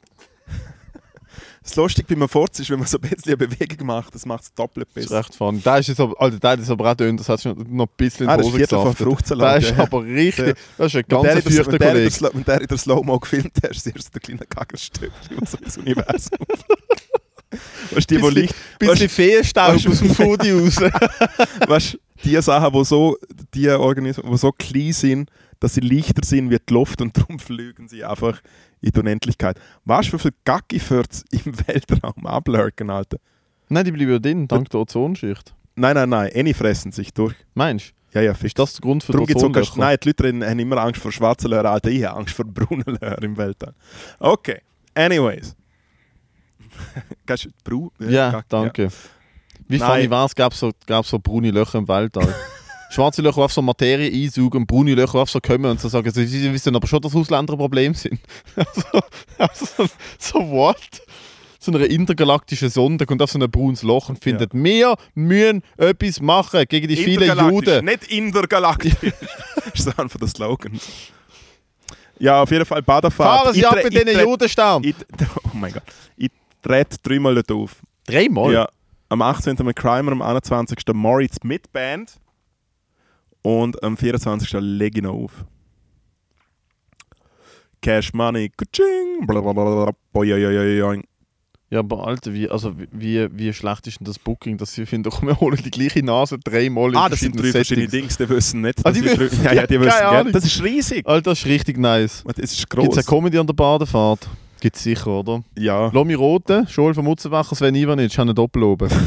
das Lustige bei einem Forz ist, wenn man so ein bisschen eine Bewegung macht, das macht es doppelt Das ist besser. recht fun. Der ist jetzt aber, Alter, der ist aber auch dünn, das hat schon noch ein bisschen in Ah, die das Hose Viertel von gesaftet. Der Fruchtsalat. ist ja. aber richtig, Ja. das ist ein Wenn der in ganz der- feuchter wenn der in der Kollege. Slo- Wenn der in der Slow-Mo gefilmt hast, siehst du den kleinen Kackelstöckchen aus dem Universum. weißt du, die, wo Bisschen- Licht, Bisschen weißt- Feenstaub weißt du- aus dem Fudi raus. weißt, die Sachen, wo so, die Organismen, die so klein sind, dass sie leichter sind wie die Luft und darum fliegen sie einfach in die Unendlichkeit. Weißt du, wie viel Gacki im Weltraum ablurken, Alter? Nein, die bleiben ja drin, dank der Ozonschicht. Nein, nein, nein, eine fressen sich durch. Meinst du? Ja, ja, fix. Ist das der Grund für Darum die gibt's auch keine- Ozonlöcher? Nein, die Leute reden- haben immer Angst vor schwarzen Löhren. Alter, ich habe Angst vor braunen Löhren im Weltall. Okay, anyways. Kannst du Brau? äh, Ja, Kack- danke. Wie Nein. funny war es, gab so, gab so braune Löcher im Weltall. Schwarze Löcher die auf so Materie einsaugen und braune Löcher die auf so kommen und so sagen, sie sie wissen aber schon, dass Ausländer ein Problem sind. also, also, so what? So eine intergalaktische Sonde kommt auf so ein braunes Loch und findet, wir müssen etwas machen gegen die vielen Intergalaktisch, Juden. Nicht intergalaktisch. ist so einfach der Slogan. Ja, auf jeden Fall Badafahrt. Fahren Sie Ich ab tre- mit ich diesen tre- Judenstamm! ich- Oh mein Gott. Ich trete dreimal nicht auf. Dreimal? Ja, am 18. McCrimer, am 21. Moritz mit Band und am 24. lege ich noch auf. Cash Money, Kuching, blablabla, boioioioioing. Ja, aber Alter, wie, also, wie, wie schlecht ist denn das Booking, dass sie finden, komm, wir holen die gleiche Nase dreimal in Ah, das sind drei verschiedenen verschiedene Settings. Dings, die wissen nicht. Ah, dass die ich wissen- drei- ja, ja, die Keine wissen, gell? Ahnung. Das ist riesig. Alter, das ist richtig nice. Das ist Gibt es eine groß. Comedy an der Badefahrt? Gibt es sicher, oder? Ja, Lomi Rote, Joel von Mutzenbacher, Sven Ivanic haben einen Doppeloben. nein,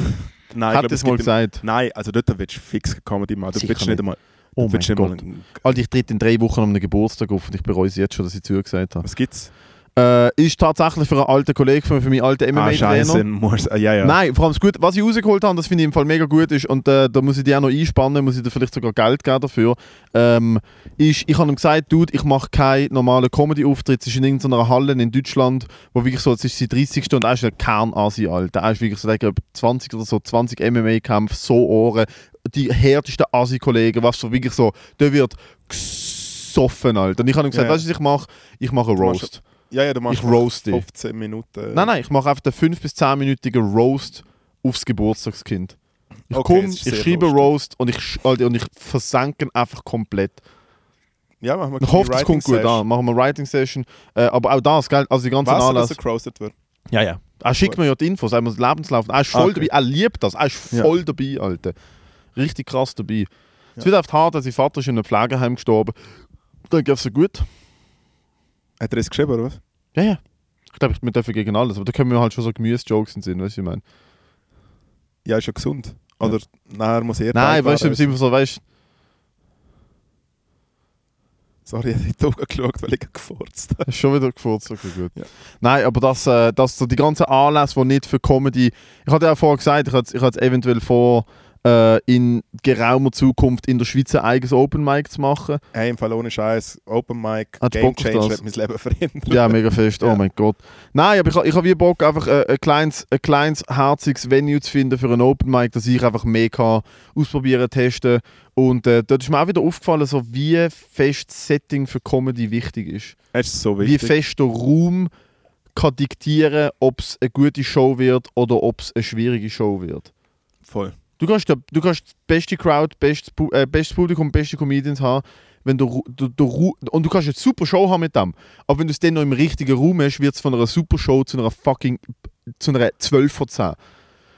ich Hat glaub, das es mal gibt gesagt? Nein, also dort willst du fix Comedy machen. Du Sicher willst nicht. nicht einmal. Oh du mein willst nicht Gott. einmal- Alter, ich trete in drei Wochen an einem Geburtstag auf und ich bereue es jetzt schon, dass ich zugesagt habe. Was gibt's? Äh, ist tatsächlich für einen alten Kollegen von mir, für meinen alten Ah, MMA-Trainer. Scheiße, muss. ah, Ja, ja. Nein, vor allem das Gute, was ich rausgeholt habe, das finde ich im Fall mega gut ist und äh, da muss ich die auch noch einspannen, muss ich dir vielleicht sogar Geld geben dafür, ähm, ist, ich habe ihm gesagt, Dude, ich mache keinen normalen Comedy-Auftritt, es ist in irgendeiner Halle in Deutschland, wo wirklich so, es ist sein 30. und er ist ein Kernasi, Alter. Er ist wirklich so, ich glaube, 20 oder so, 20 MMA-Kämpfe, so Ohren, die härtesten Asi-Kollegen, was so wirklich so, der wird gesoffen, Alter. Und ich habe ihm gesagt, Ja. weißt du, was ich mache? Ich mache einen machst- Roast. Ja, ja, du machst Ich roast dich. 15 Minuten. Nein, nein, ich mache einfach einen 5- bis 10-minütigen Roast aufs Geburtstagskind. Ich Okay, komme, es ist ich sehr schreibe lustig. Roast und ich, sch- Alter, und ich versenke ihn einfach komplett. Ja, machen wir Ich hoffe, das kommt gut an. Machen wir eine Writing-Session. Äh, aber auch das, gell? Also die ganzen Was, dass Anlässe. er gecrostet wird? Ja, ja. Er schickt mir ja die Infos, er muss Lebenslauf. Er ist voll dabei, Okay. er liebt das. Er ist Ja. voll dabei, Alter. Richtig krass dabei. Es wird oft hart, dass sein Vater ist in einem Pflegeheim gestorben. Dann geht es gut. Hat er es geschrieben, oder was? Ja, ja. Ich glaube, wir dürfen gegen alles. Aber da können wir halt schon so Gemüse-Jokes in den Sinn, weißt du, was ich meine? Ja, ist ja gesund. Oder, nein, er muss eher... Nein, dankbar weißt du, im sein. Sinne von so, weißt du, Sorry, ich habe nicht hochgeschaut, weil ich gefurzt habe. Hast Schon wieder gefurzt, okay, gut. Ja. Nein, aber das, äh, das so die ganzen Anlässe, die nicht für Comedy. Ich hatte ja vorher gesagt, ich hatte ich hatte eventuell vor, äh, in geraumer Zukunft in der Schweiz ein eigenes Open Mic zu machen. Hey, im Fall ohne Scheiß, Open Mic, Hat Game Bock auf Changer das? hat mein Leben verändert. Ja, mega fest. Oh Ja. mein Gott. Nein, aber ich, ha- ich habe wie Bock, einfach äh, ein, kleines, ein kleines, herziges Venue zu finden für einen Open Mic, dass ich einfach mehr kann ausprobieren, testen. Und äh, dort ist mir auch wieder aufgefallen, so wie fest das Setting für Comedy wichtig ist. Es ist so Wie wichtig. fest der Raum kann diktieren, ob es eine gute Show wird oder ob es eine schwierige Show wird. Voll. Du kannst, der- du kannst die beste Crowd, bestes, Pu- äh, bestes Publikum, beste Comedians haben, wenn du, Ru- du, du Ru- und du kannst eine super Show haben mit dem. Aber wenn du es dann noch im richtigen Raum hast, wird es von einer super Show zu einer fucking zu einer 12 von 10.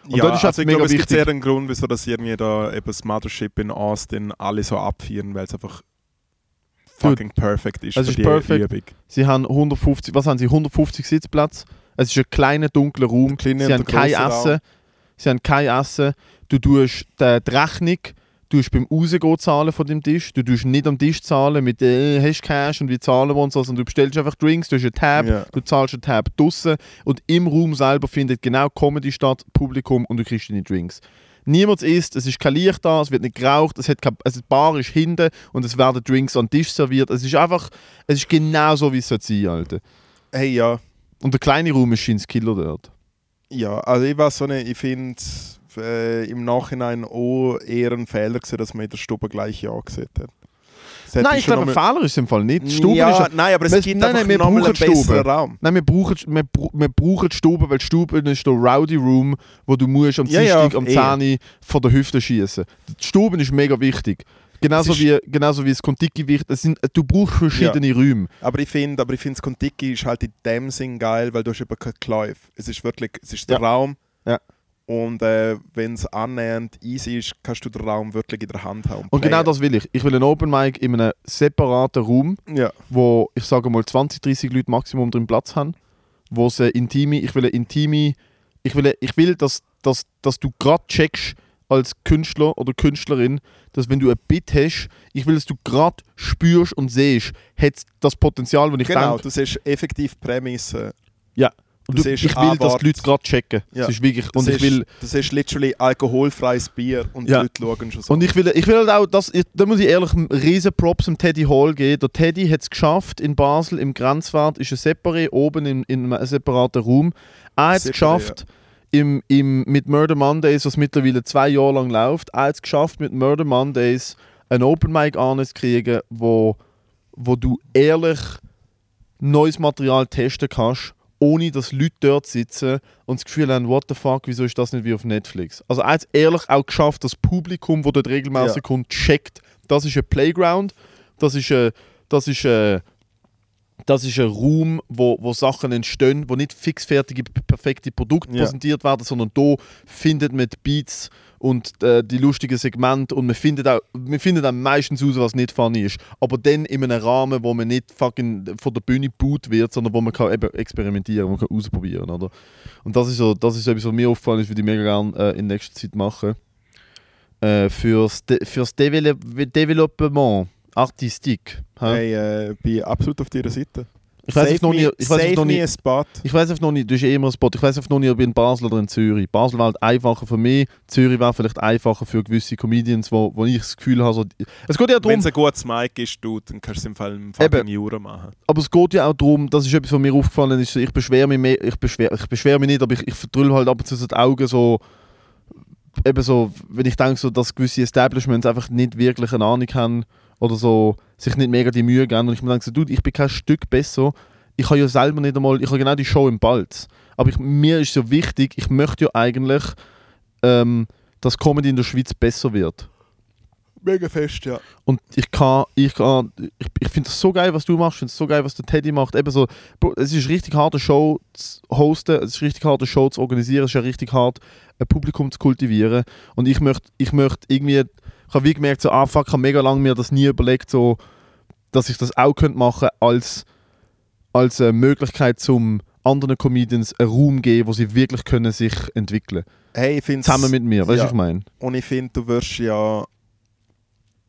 Und ja, dort ist halt also ich mega glaube, es gibt wichtig. sehr einen Grund, wieso das irgendwie da eben das Mothership in Austin alle so abfeiern, weil es einfach fucking perfect ist es für ist die perfect. Übung. Sie haben 150, was haben sie 150 Sitzplätze. Es ist ein kleiner dunkler Raum. Der kleine sie und haben der kein grosse Raum. Essen. Sie haben kein Essen. Du tust die die Rechnung, du tust beim Rausgehen zahlen von dem Tisch. Du tust nicht am Tisch zahlen mit äh, hast du Cash und wie zahlen wir uns das und du bestellst einfach Drinks, du hast einen Tab, Ja. du zahlst einen Tab draussen und im Raum selber findet genau Comedy statt, Publikum und du kriegst deine Drinks. Niemand isst, es ist kein Licht da, es wird nicht geraucht, es hat kein, also die Bar ist hinten und es werden Drinks an den Tisch serviert. Es ist einfach, es ist genau so, wie es sein sollte, Alter. Hey, ja. Und der kleine Raum ist scheint das Killer dort. Ja, also ich weiß so nicht, ich finde äh, im Nachhinein auch eher ein Fehler gewesen, dass man in der Stube gleich Ja gesagt hat. Es hätte Nein, ich schon glaube, ein noch mal- Fehler ist im Fall nicht. Die Stube ja, ist ja- nein, aber es Weißt- gibt nein, einfach nein, wir noch mal einen brauchen Stube. besseren Raum. Nein, wir brauchen, wir, bra- wir brauchen die Stube, weil die Stube ist der Rowdy Room, wo du musst am Ja, ja, Dienstag, am eh. 10 Uhr von der Hüfte schießen. Die Stube ist mega wichtig. Genauso Es wie, genauso wie das Kontiki wichtig es sind. Du brauchst verschiedene Räume. Aber ich finde, aber ich finde, das Kontiki ist halt in dem Sinn geil, weil du hast eben keine Kläufe. Es ist wirklich, es ist der Ja. Raum. Ja. Und äh, wenn es annähernd easy ist, kannst du den Raum wirklich in der Hand haben. Und genau playen. das will ich. Ich will einen Open Mic in einem separaten Raum, Ja. wo ich sage mal 20, 30 Leute Maximum drin Platz haben, wo es eine intime, ich will eine intime, ich will, ich will dass, dass, dass du gerade checkst als Künstler oder Künstlerin, dass wenn du ein Bit hast, ich will, dass du gerade spürst und siehst, hat das Potenzial, wenn ich genau, denke, du siehst effektiv Prämisse. ja, du und du, siehst ich will, dass Antwort. die Leute gerade checken. Ja. Das ist wirklich, Du und ich siehst, will, du siehst literally alkoholfreies Bier und Ja. die Leute schauen schon so. Und ich will, ich will halt auch, das, ich, da muss ich ehrlich einen riesen Props dem Teddy Hall geben. Der Teddy hat es geschafft, in Basel im Grenzwert ist ein Separé, oben in, in einem separaten Raum. Er hat es Separé, geschafft im, im, mit Murder Mondays, was mittlerweile zwei Jahre lang läuft, er hat es geschafft, mit Murder Mondays ein Open Mic anzukriegen, wo, wo du ehrlich neues Material testen kannst, ohne dass Leute dort sitzen und das Gefühl haben, what the fuck, wieso ist das nicht wie auf Netflix? Also er hat es ehrlich auch geschafft, dass das Publikum, das dort regelmäßig Ja. kommt, checkt, das ist ein Playground, das ist ein, das ist äh, ein, das ist ein Raum, wo, wo Sachen entstehen, wo nicht fixfertige, p- perfekte Produkte Ja. präsentiert werden, sondern da findet man die Beats und äh, die lustigen Segmente und man findet, auch, man findet auch meistens raus, was nicht funny ist. Aber dann in einem Rahmen, wo man nicht fucking von der Bühne gebaut wird, sondern wo man kann eben experimentieren, wo man kann ausprobieren oder? Und das ist so, das ist so etwas, was mir aufgefallen ist, würde ich mega gerne äh, in nächster Zeit machen. Äh, fürs, De fürs Develop Development Artistik. hä? hey, äh, bin absolut auf deiner Seite. Ich weiß Save jetzt noch me- nie, ich weiß save jetzt noch me nie, a spot. ich weiß einfach noch nicht, das ist eh immer ein Spot. Ich weiß einfach noch nicht, ob in Basel oder in Zürich. Basel war halt einfacher für mich, Zürich war vielleicht einfacher für gewisse Comedians, wo, wo ich das Gefühl habe, so, es geht ja Wenn darum, es ein gutes Mic ist, du, dann kannst du es im Fall im fucking Eben. Jura machen. aber es geht ja auch darum, das ist etwas, was mir aufgefallen ist, so, ich beschwere mich mehr, ich beschwere, ich beschwere mich nicht, aber ich, ich verdrülle halt ab und zu so die Augen so, eben so, wenn ich denke, so, dass gewisse Establishments einfach nicht wirklich eine Ahnung haben oder so, sich nicht mega die Mühe geben und ich mir denke so, du, ich bin kein Stück besser, ich habe ja selber nicht einmal, ich habe genau die Show im Balz, aber ich, mir ist so wichtig, ich möchte ja eigentlich, ähm, dass Comedy in der Schweiz besser wird. Mega fest, ja. Und ich kann, ich kann, ich, ich finde es so geil, was du machst, ich finde es so geil, was der Teddy macht. Eben so, Bro, es ist richtig hart, eine Show zu hosten, es ist richtig hart, eine Show zu organisieren, es ist ja richtig hart, ein Publikum zu kultivieren. Und ich möchte, ich möchte irgendwie, ich habe wie gemerkt, so, ah fuck, ich habe mega lange mir das nie überlegt, so, dass ich das auch könnte machen als, als eine Möglichkeit zum anderen Comedians einen Raum geben, wo sie wirklich können sich entwickeln. Hey, ich finde Zusammen mit mir, weißt du, Ja. was ich meine? Und ich finde, du wirst ja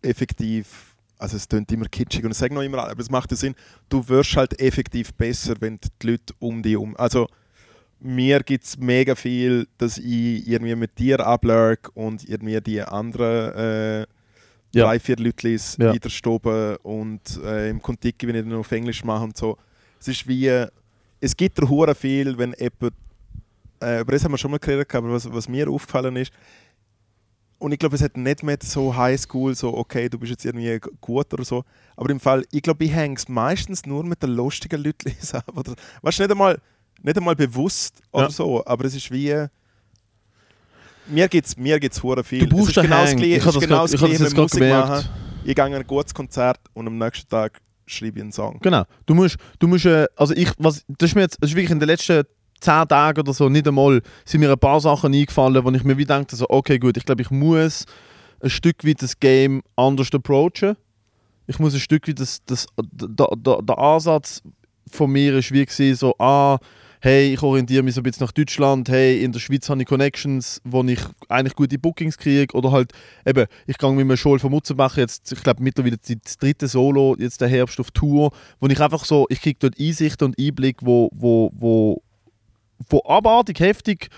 effektiv, also es klingt immer kitschig und ich sage noch immer, aber es macht ja Sinn, du wirst halt effektiv besser, wenn die Leute um dich um, also mir gibt es mega viel, dass ich irgendwie mit dir ablurk und irgendwie die anderen äh, Ja. drei, vier Lütlis Ja. ja. widerstoben und äh, im Kontiki, wenn ich dann auf Englisch mache und so. Es ist wie, äh, es gibt da hure viel, wenn jemand, äh, über das haben wir schon mal geredet, gehabt, aber was, was mir aufgefallen ist, und ich glaube, es hat nicht mehr so Highschool, so okay, du bist jetzt irgendwie g- gut oder so. Aber im Fall, ich glaube, ich hänge es meistens nur mit den lustigen Leuten ab. Oder, weißt du, nicht einmal, nicht einmal bewusst oder Ja. so, aber es ist wie. Mir gibt es mir gibt's hure viel. Du brauchst es ist genau das einen Hang. Gleiche- Ich es hab ist das genau grad- das ich hab das Gleiche mit grad Musik gemerkt. machen. Ich gehe an ein gutes Konzert und am nächsten Tag schreibe ich einen Song. Genau. Du musst, du musst, äh, also ich, was, das ist mir jetzt, das ist wirklich in den letzten 10 Tagen oder so, nicht einmal, sind mir ein paar Sachen eingefallen, wo ich mir wie denke, so, okay, gut, ich glaube, ich muss ein Stück weit das Game anders approachen. Ich muss ein Stück weit das, das, der, der, der Ansatz von mir ist wie gewesen, so, ah, hey, ich orientiere mich so ein bisschen nach Deutschland, hey, in der Schweiz habe ich Connections, wo ich eigentlich gute Bookings kriege oder halt eben, ich gehe mit mir Schul von Mutzenbach jetzt, ich glaube mittlerweile die- das dritte Solo, jetzt der Herbst auf Tour, wo ich einfach so, ich kriege dort Einsichten und Einblick, wo, wo, wo, wo abartig heftig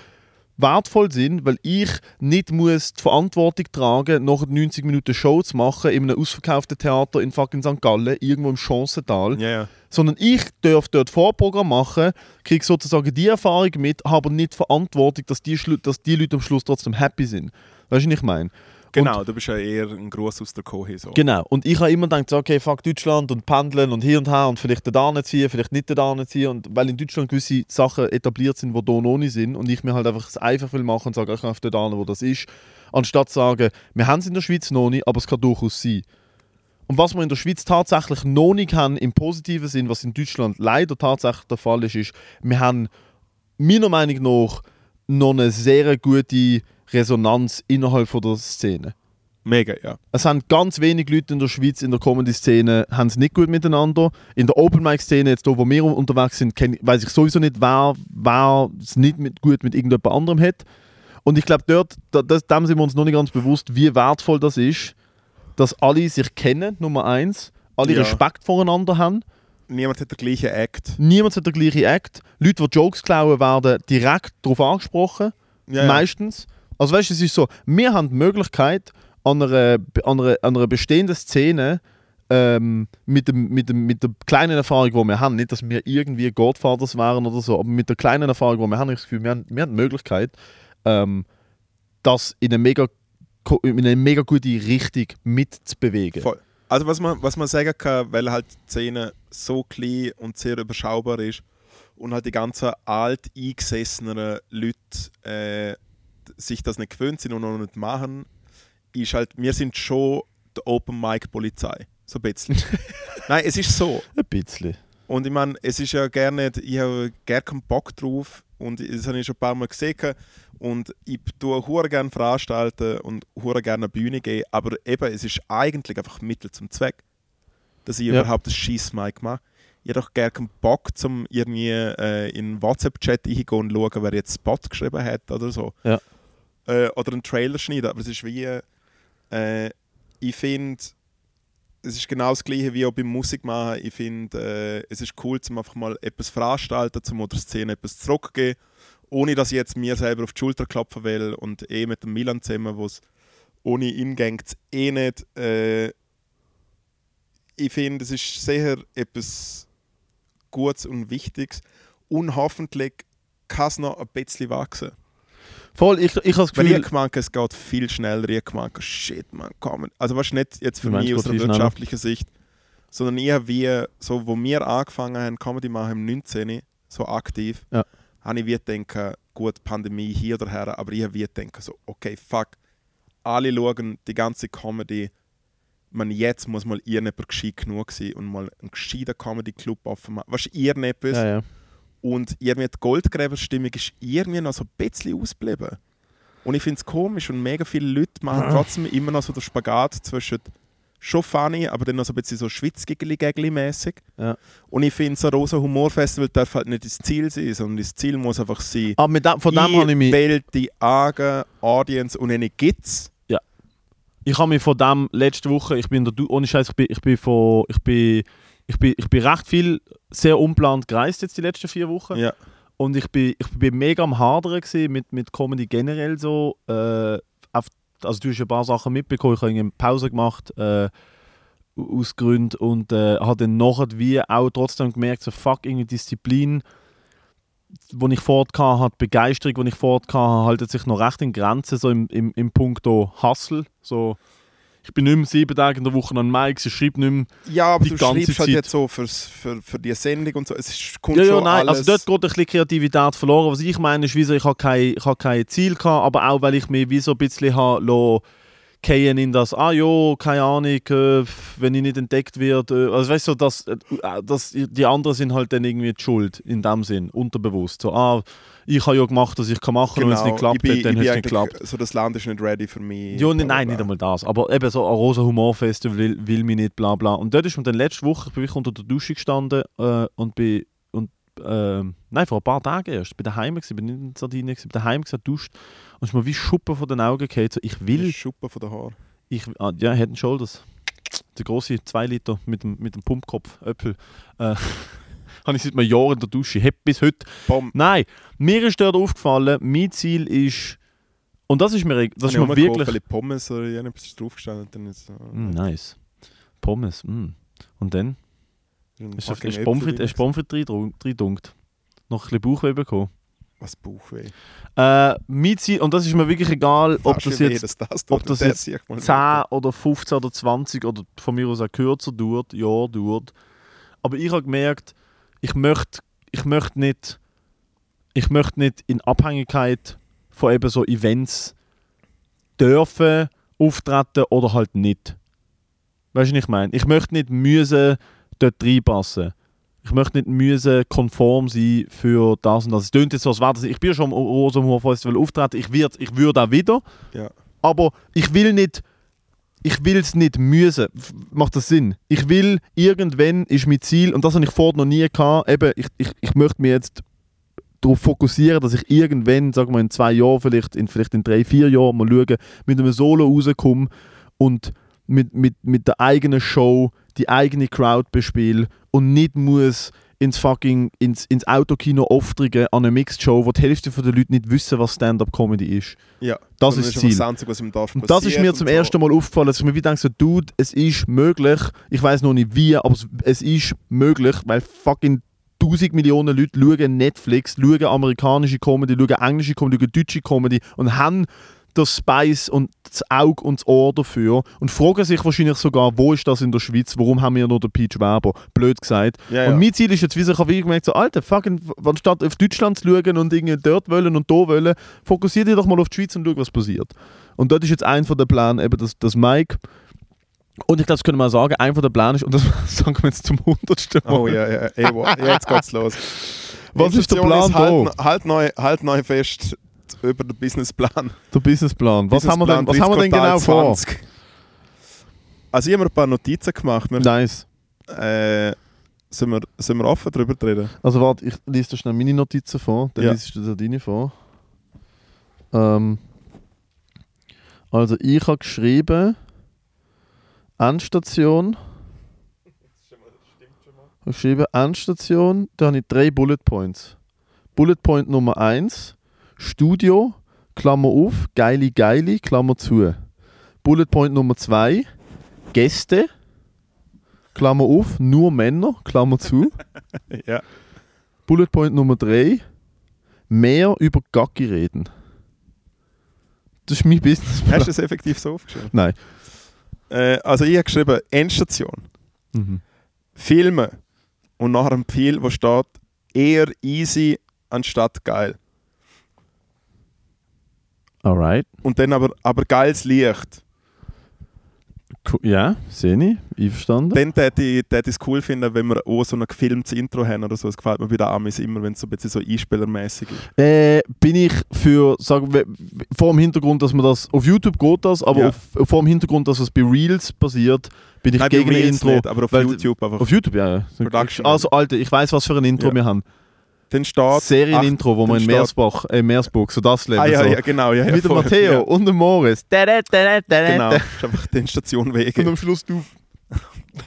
wertvoll sind, weil ich nicht muss die Verantwortung tragen nach 90 Minuten Show zu machen in einem ausverkauften Theater in fucking St. Gallen, irgendwo im Chancental Ja, ja. sondern ich darf dort Vorprogramm machen, kriege sozusagen die Erfahrung mit, habe aber nicht die Verantwortung, dass die, Schlu- dass die Leute am Schluss trotzdem happy sind. Weißt du, was ich meine? Genau, du bist ja eher ein Gruß aus der Kohe. So. Genau. Und ich habe immer gedacht, so, okay, fuck Deutschland und pendeln und hier und her und vielleicht da ziehen, vielleicht nicht da ziehen. Und weil in Deutschland gewisse Sachen etabliert sind, die hier noch nicht sind und ich mir halt einfach es einfach will machen und sage, ich kann dort hin, wo das ist, anstatt zu sagen, wir haben es in der Schweiz noch nicht, aber es kann durchaus sein. Und was wir in der Schweiz tatsächlich noch nicht haben, im positiven Sinn, was in Deutschland leider tatsächlich der Fall ist, ist, wir haben meiner Meinung nach noch eine sehr gute Resonanz innerhalb von der Szene. Mega, ja. Es haben ganz wenig Leute in der Schweiz in der Comedy-Szene haben es nicht gut miteinander. In der Open-Mic-Szene, jetzt da, wo wir unterwegs sind, weiß ich sowieso nicht, wer, wer es nicht mit, gut mit irgendjemand anderem hat. Und ich glaube, dort, da, das, dem sind wir uns noch nicht ganz bewusst, wie wertvoll das ist, dass alle sich kennen, Nummer eins, alle Ja. Respekt voreinander haben. Niemand hat den gleichen Act. Niemand hat den gleichen Act. Leute, die Jokes klauen, werden direkt darauf angesprochen. Ja, ja. Meistens. Also weißt du, es ist so, wir haben die Möglichkeit, an einer, an einer, an einer bestehenden Szene ähm, mit, dem, mit, dem, mit der kleinen Erfahrung, die wir haben, nicht, dass wir irgendwie Godfathers waren oder so, aber mit der kleinen Erfahrung, die wir haben, habe ich das Gefühl, wir haben, wir haben die Möglichkeit, ähm, das in eine, mega, ko- in eine mega gute Richtung mitzubewegen. Voll. Also was man, was man sagen kann, weil halt die Szene so klein und sehr überschaubar ist und halt die ganzen alt eingesessenen Leute äh, sich das nicht gewöhnt sind und noch nicht machen, ist halt, wir sind schon die Open Mic Polizei. So ein bisschen. Nein, es ist so. Ein bisschen. Und ich meine, es ist ja gerne nicht, ich habe gerne keinen Bock drauf und das habe ich schon ein paar Mal gesehen und ich tue hure gerne Veranstalten und hure gerne eine Bühne gehen, aber eben, es ist eigentlich einfach Mittel zum Zweck, dass ich Ja. überhaupt das Scheiss-Mic mache. Ich habe doch gerne keinen Bock, zum irgendwie äh, in den WhatsApp-Chat reingehen und schauen, wer jetzt Spot geschrieben hat oder so. Ja. Äh, oder einen Trailer schneiden, aber es ist wie, äh, ich finde, es ist genau das gleiche wie auch beim Musik machen. Ich finde, äh, es ist cool, zum einfach mal etwas veranstalten, zum oder Szene etwas zurückgeben, ohne dass ich jetzt mir selber auf die Schulter klopfen will und eh mit dem Milan zusammen, wo es ohne ihn gängt eh nicht. Äh, ich finde, es ist sicher etwas Gutes und Wichtiges und hoffentlich kann es noch ein bisschen wachsen. Voll, ich, ich habe das Weil Gefühl... ich gemerkt, es geht viel schneller. Ich gemerkt, shit, man, komm. Also weißt du, nicht jetzt für Du meinst, mich es geht aus einer viel schneller? wirtschaftlichen Sicht, sondern eher wie, so, wo wir angefangen haben, Comedy machen im 19., so aktiv, Ja. habe ich wie gedacht, gut, Pandemie hier oder her, aber ich habe wie gedacht, so, okay, fuck, alle schauen die ganze Comedy. Man, jetzt muss mal irgendjemand gescheit genug sein und mal einen gescheiten Comedy-Club offen machen. Weißt du, irgendetwas. ja, ja. Und irgendwie die Goldgräberstimmung ist irgendwie noch so ein bisschen ausgeblieben. Und ich finde es komisch und mega viele Leute Ah. machen trotzdem immer noch so den Spagat zwischen schon funny, aber dann noch so ein bisschen so Schwitzgegli-Gägli-mässig. Ja. Und ich finde, so ein rosa Humorfestival darf halt nicht das Ziel sein, sondern das Ziel muss einfach sein, Aber mit dem, Ah, von dem habe ich mich... will die Augen, Audience und eine gibt's. ich habe mich von dem letzte Woche, ich bin da ohne Scheiß, ich bin, ich bin von, ich bin, ich bin, ich bin recht viel sehr unplant gereist jetzt die letzten vier Wochen Ja. Und ich bin, ich bin mega am Hadern gewesen mit, mit Comedy generell so. Äh, auf, also du hast ein paar Sachen mitbekommen, ich habe irgendwie eine Pause gemacht äh, aus Gründen und äh, habe dann nachher wie auch trotzdem gemerkt, so fuck, irgendwie Disziplin, wo ich fortgehauen habe, die Begeisterung, die ich fortgehauen habe, haltet sich noch recht in Grenzen, so im, im, im Punkto Hustle. So, ich bin nicht mehr sieben Tage in der Woche an Mike, ich schreibe nicht mehr Ja, aber Die du ganze schreibst halt Zeit. jetzt so fürs, für, für die Sendung und so. Es ist, kommt Ja, ja, schon nein, alles. also dort geht ein bisschen Kreativität verloren. Was ich meine, ist, wieso ich habe kein, ich habe kein Ziel gehabt, aber auch, weil ich mich wie so ein bisschen habe lassen fallen in das, ah ja, keine Ahnung, äh, wenn ich nicht entdeckt werde. Äh, also weißt du, das, äh, das, die anderen sind halt dann irgendwie die Schuld, in dem Sinn, unterbewusst. So, ah, ich habe ja gemacht, was ich kann machen, und wenn es nicht Genau, ich klappt, bin, hat, dann hat ich bin es nicht geklappt. eigentlich- So, das Land ist nicht ready für mich. Äh, Ja, nein, Bla, bla, nein, nicht bla. einmal das. Aber eben so ein rosa Humorfestival will, will mich nicht, bla bla. Und dort ist mir dann letzte Woche, ich bin wirklich unter der Dusche gestanden äh, und bin, und, ähm, nein, vor ein paar Tagen erst, bin daheim gewesen, bin nicht in Sardinien gewesen, bin daheim gewesen, duscht und ist mir wie Schuppen von den Augen gefallen, so ich Die will, Schuppen von den Haaren. ich, ah, ja, Head and Shoulders, der große 2 Liter mit dem, mit dem Pumpkopf, Äpfel, äh, habe ich seit einem Jahr in der Dusche, hab bis heute Bom. Nein, mir ist dort aufgefallen, mein Ziel ist, und das ist mir, das ist Habe ich mir rumgekommen, wirklich... vielleicht Pommes oder irgendetwas draufgestanden und dann ist äh, Mm, nice. Pommes. Mm. Und dann ist fucking ein Äpfel Pommes drin. ist Pommes reindunkt. Noch ein bisschen Bauchweh bekommen. Was Bauchweh. Äh, mein Ziel, und das ist mir wirklich egal, ob Fast das wie weh, jetzt dass das ob tut, das der jetzt sehe ich mal 10 oder 15 oder 20 oder von mir aus auch kürzer dauert, ja, dauert. Aber ich habe gemerkt, ich möchte, ich möchte nicht ich möchte nicht in Abhängigkeit von eben so Events dürfen auftreten oder halt nicht. Weißt du, was ich meine? Ich möchte nicht müssen dort reinpassen. Ich möchte nicht müssen konform sein für das und das. Es tönt jetzt so, als wäre das. Ich bin ja schon am Rosa Humor Festival auftreten. Ich, werd- ich würde auch wieder Ja. aber ich will nicht ich will es nicht müssen. F- Macht das Sinn? Ich will, irgendwann ist mein Ziel, und das habe ich vorher noch nie gehabt, eben, ich, ich, ich möchte mich jetzt darauf fokussieren, dass ich irgendwann, sagen wir in zwei Jahren, vielleicht in, vielleicht in drei, vier Jahren, mal schauen, mit einem Solo rauskomme und mit, mit, mit der eigenen Show die eigene Crowd bespiele und nicht muss ins fucking, ins, ins Autokino Oftrigen an eine Mixed-Show, wo die Hälfte der Leute nicht wissen, was Stand-Up-Comedy ist. Ja. Das Sondern ist es Ziel. einfach das Einzige, was im Dorf Und das ist passiert mir und zum so. ersten Mal aufgefallen, dass ich mir wie denke, so, Dude, es ist möglich, ich weiß noch nicht wie, aber es, es ist möglich, weil fucking 1000 Millionen Leute schauen Netflix, schauen amerikanische Comedy, schauen englische Comedy, schauen deutsche Comedy und haben das Spice und das Auge und das Ohr dafür und fragen sich wahrscheinlich sogar, wo ist das in der Schweiz, warum haben wir noch den Peach Weber, blöd gesagt. Ja, ja. Und mein Ziel ist jetzt, wie ich habe gemerkt, so, Alter, fucking, anstatt auf Deutschland zu schauen und irgendwie dort wollen und da wollen, fokussier dich doch mal auf die Schweiz und schau, was passiert. Und dort ist jetzt ein von der Plan, eben das, das Mike. Und ich glaube, das können wir auch sagen, ein von der Plan ist, und das sagen wir jetzt zum hundertsten Mal. Oh ja, ja, ey, wo- ja, jetzt geht's los. Was ist der Intention Plan da? halt, halt, neu, halt neu fest über den Businessplan. Der Businessplan. Was haben wir denn, Businessplan was haben wir denn Quartal genau vor? 20. Also ich habe mir ein paar Notizen gemacht. Wir, Nice. äh, sind, wir, sind wir offen darüber zu reden? Also warte, ich lese dir schnell meine Notizen vor, dann Ja. liest du dir deine vor. Ähm, also ich habe geschrieben, Endstation. Ich habe geschrieben, Endstation, da habe ich drei Bullet Points. Bullet Point Nummer 1, Studio, Klammer auf, geile, geile, Klammer zu. Bullet Point Nummer 2, Gäste, Klammer auf, nur Männer, Klammer zu. Ja. Bullet Point Nummer 3. Mehr über Gacki reden. Das ist mein Business. Hast du das effektiv so aufgeschrieben? Nein. Äh, also ich habe geschrieben, Endstation, Mhm. Filme und nachher ein Pfeil, wo steht, eher easy anstatt geil. Alright. Und dann aber, aber geiles Licht. Cool. Ja, sehe ich. Einverstanden. Dann würde ich es cool finden, wenn wir auch so ein gefilmtes Intro haben oder so. Das gefällt mir bei den Amis immer, wenn es so ein bisschen so einspielermäßig ist. Äh, bin ich für, sag, we- vor dem Hintergrund, dass man das, auf YouTube geht das, aber Ja. auf, vor dem Hintergrund, dass es bei Reels passiert, bin ich gegen bei ein Reels Intro. Nicht, aber auf weil- YouTube einfach. Auf YouTube, ja. ja. Production. Also, Alter, ich weiß, was für ein Intro Ja. wir haben. dann steht... Serienintro, wo dann wir in steht- Meersbach, äh, Meersburg, so das Level. Ah ja, so. ja, genau. Ja, ja, Mit dem voll. Matteo Ja, und dem Morris. Da, da, da, da, da, Genau, da. ist einfach den Station Und wegen. am Schluss du.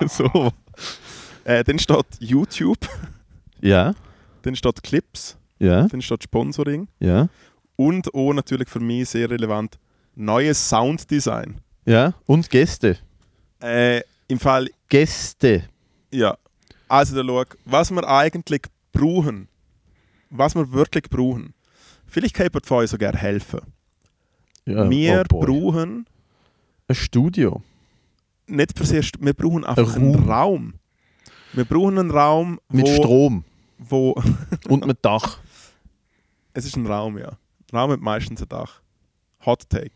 so. Äh, dann steht YouTube, Ja. dann steht Clips, Ja, dann steht Sponsoring. ja, Und auch natürlich für mich sehr relevant, neues Sounddesign. ja. Und Gäste. Äh, Im Fall, Gäste. ja. Also der schau, was wir eigentlich brauchen, was wir wirklich brauchen. Vielleicht kann jemand von euch sogar helfen. Ja, wir oh boy. brauchen ein Studio. nicht per se, St- wir brauchen einfach Ein Raum. einen Raum. Wir brauchen einen Raum, Mit wo, Strom wo und mit Dach. es ist ein Raum, ja. Ein Raum mit meistens ein Dach. Hot Take.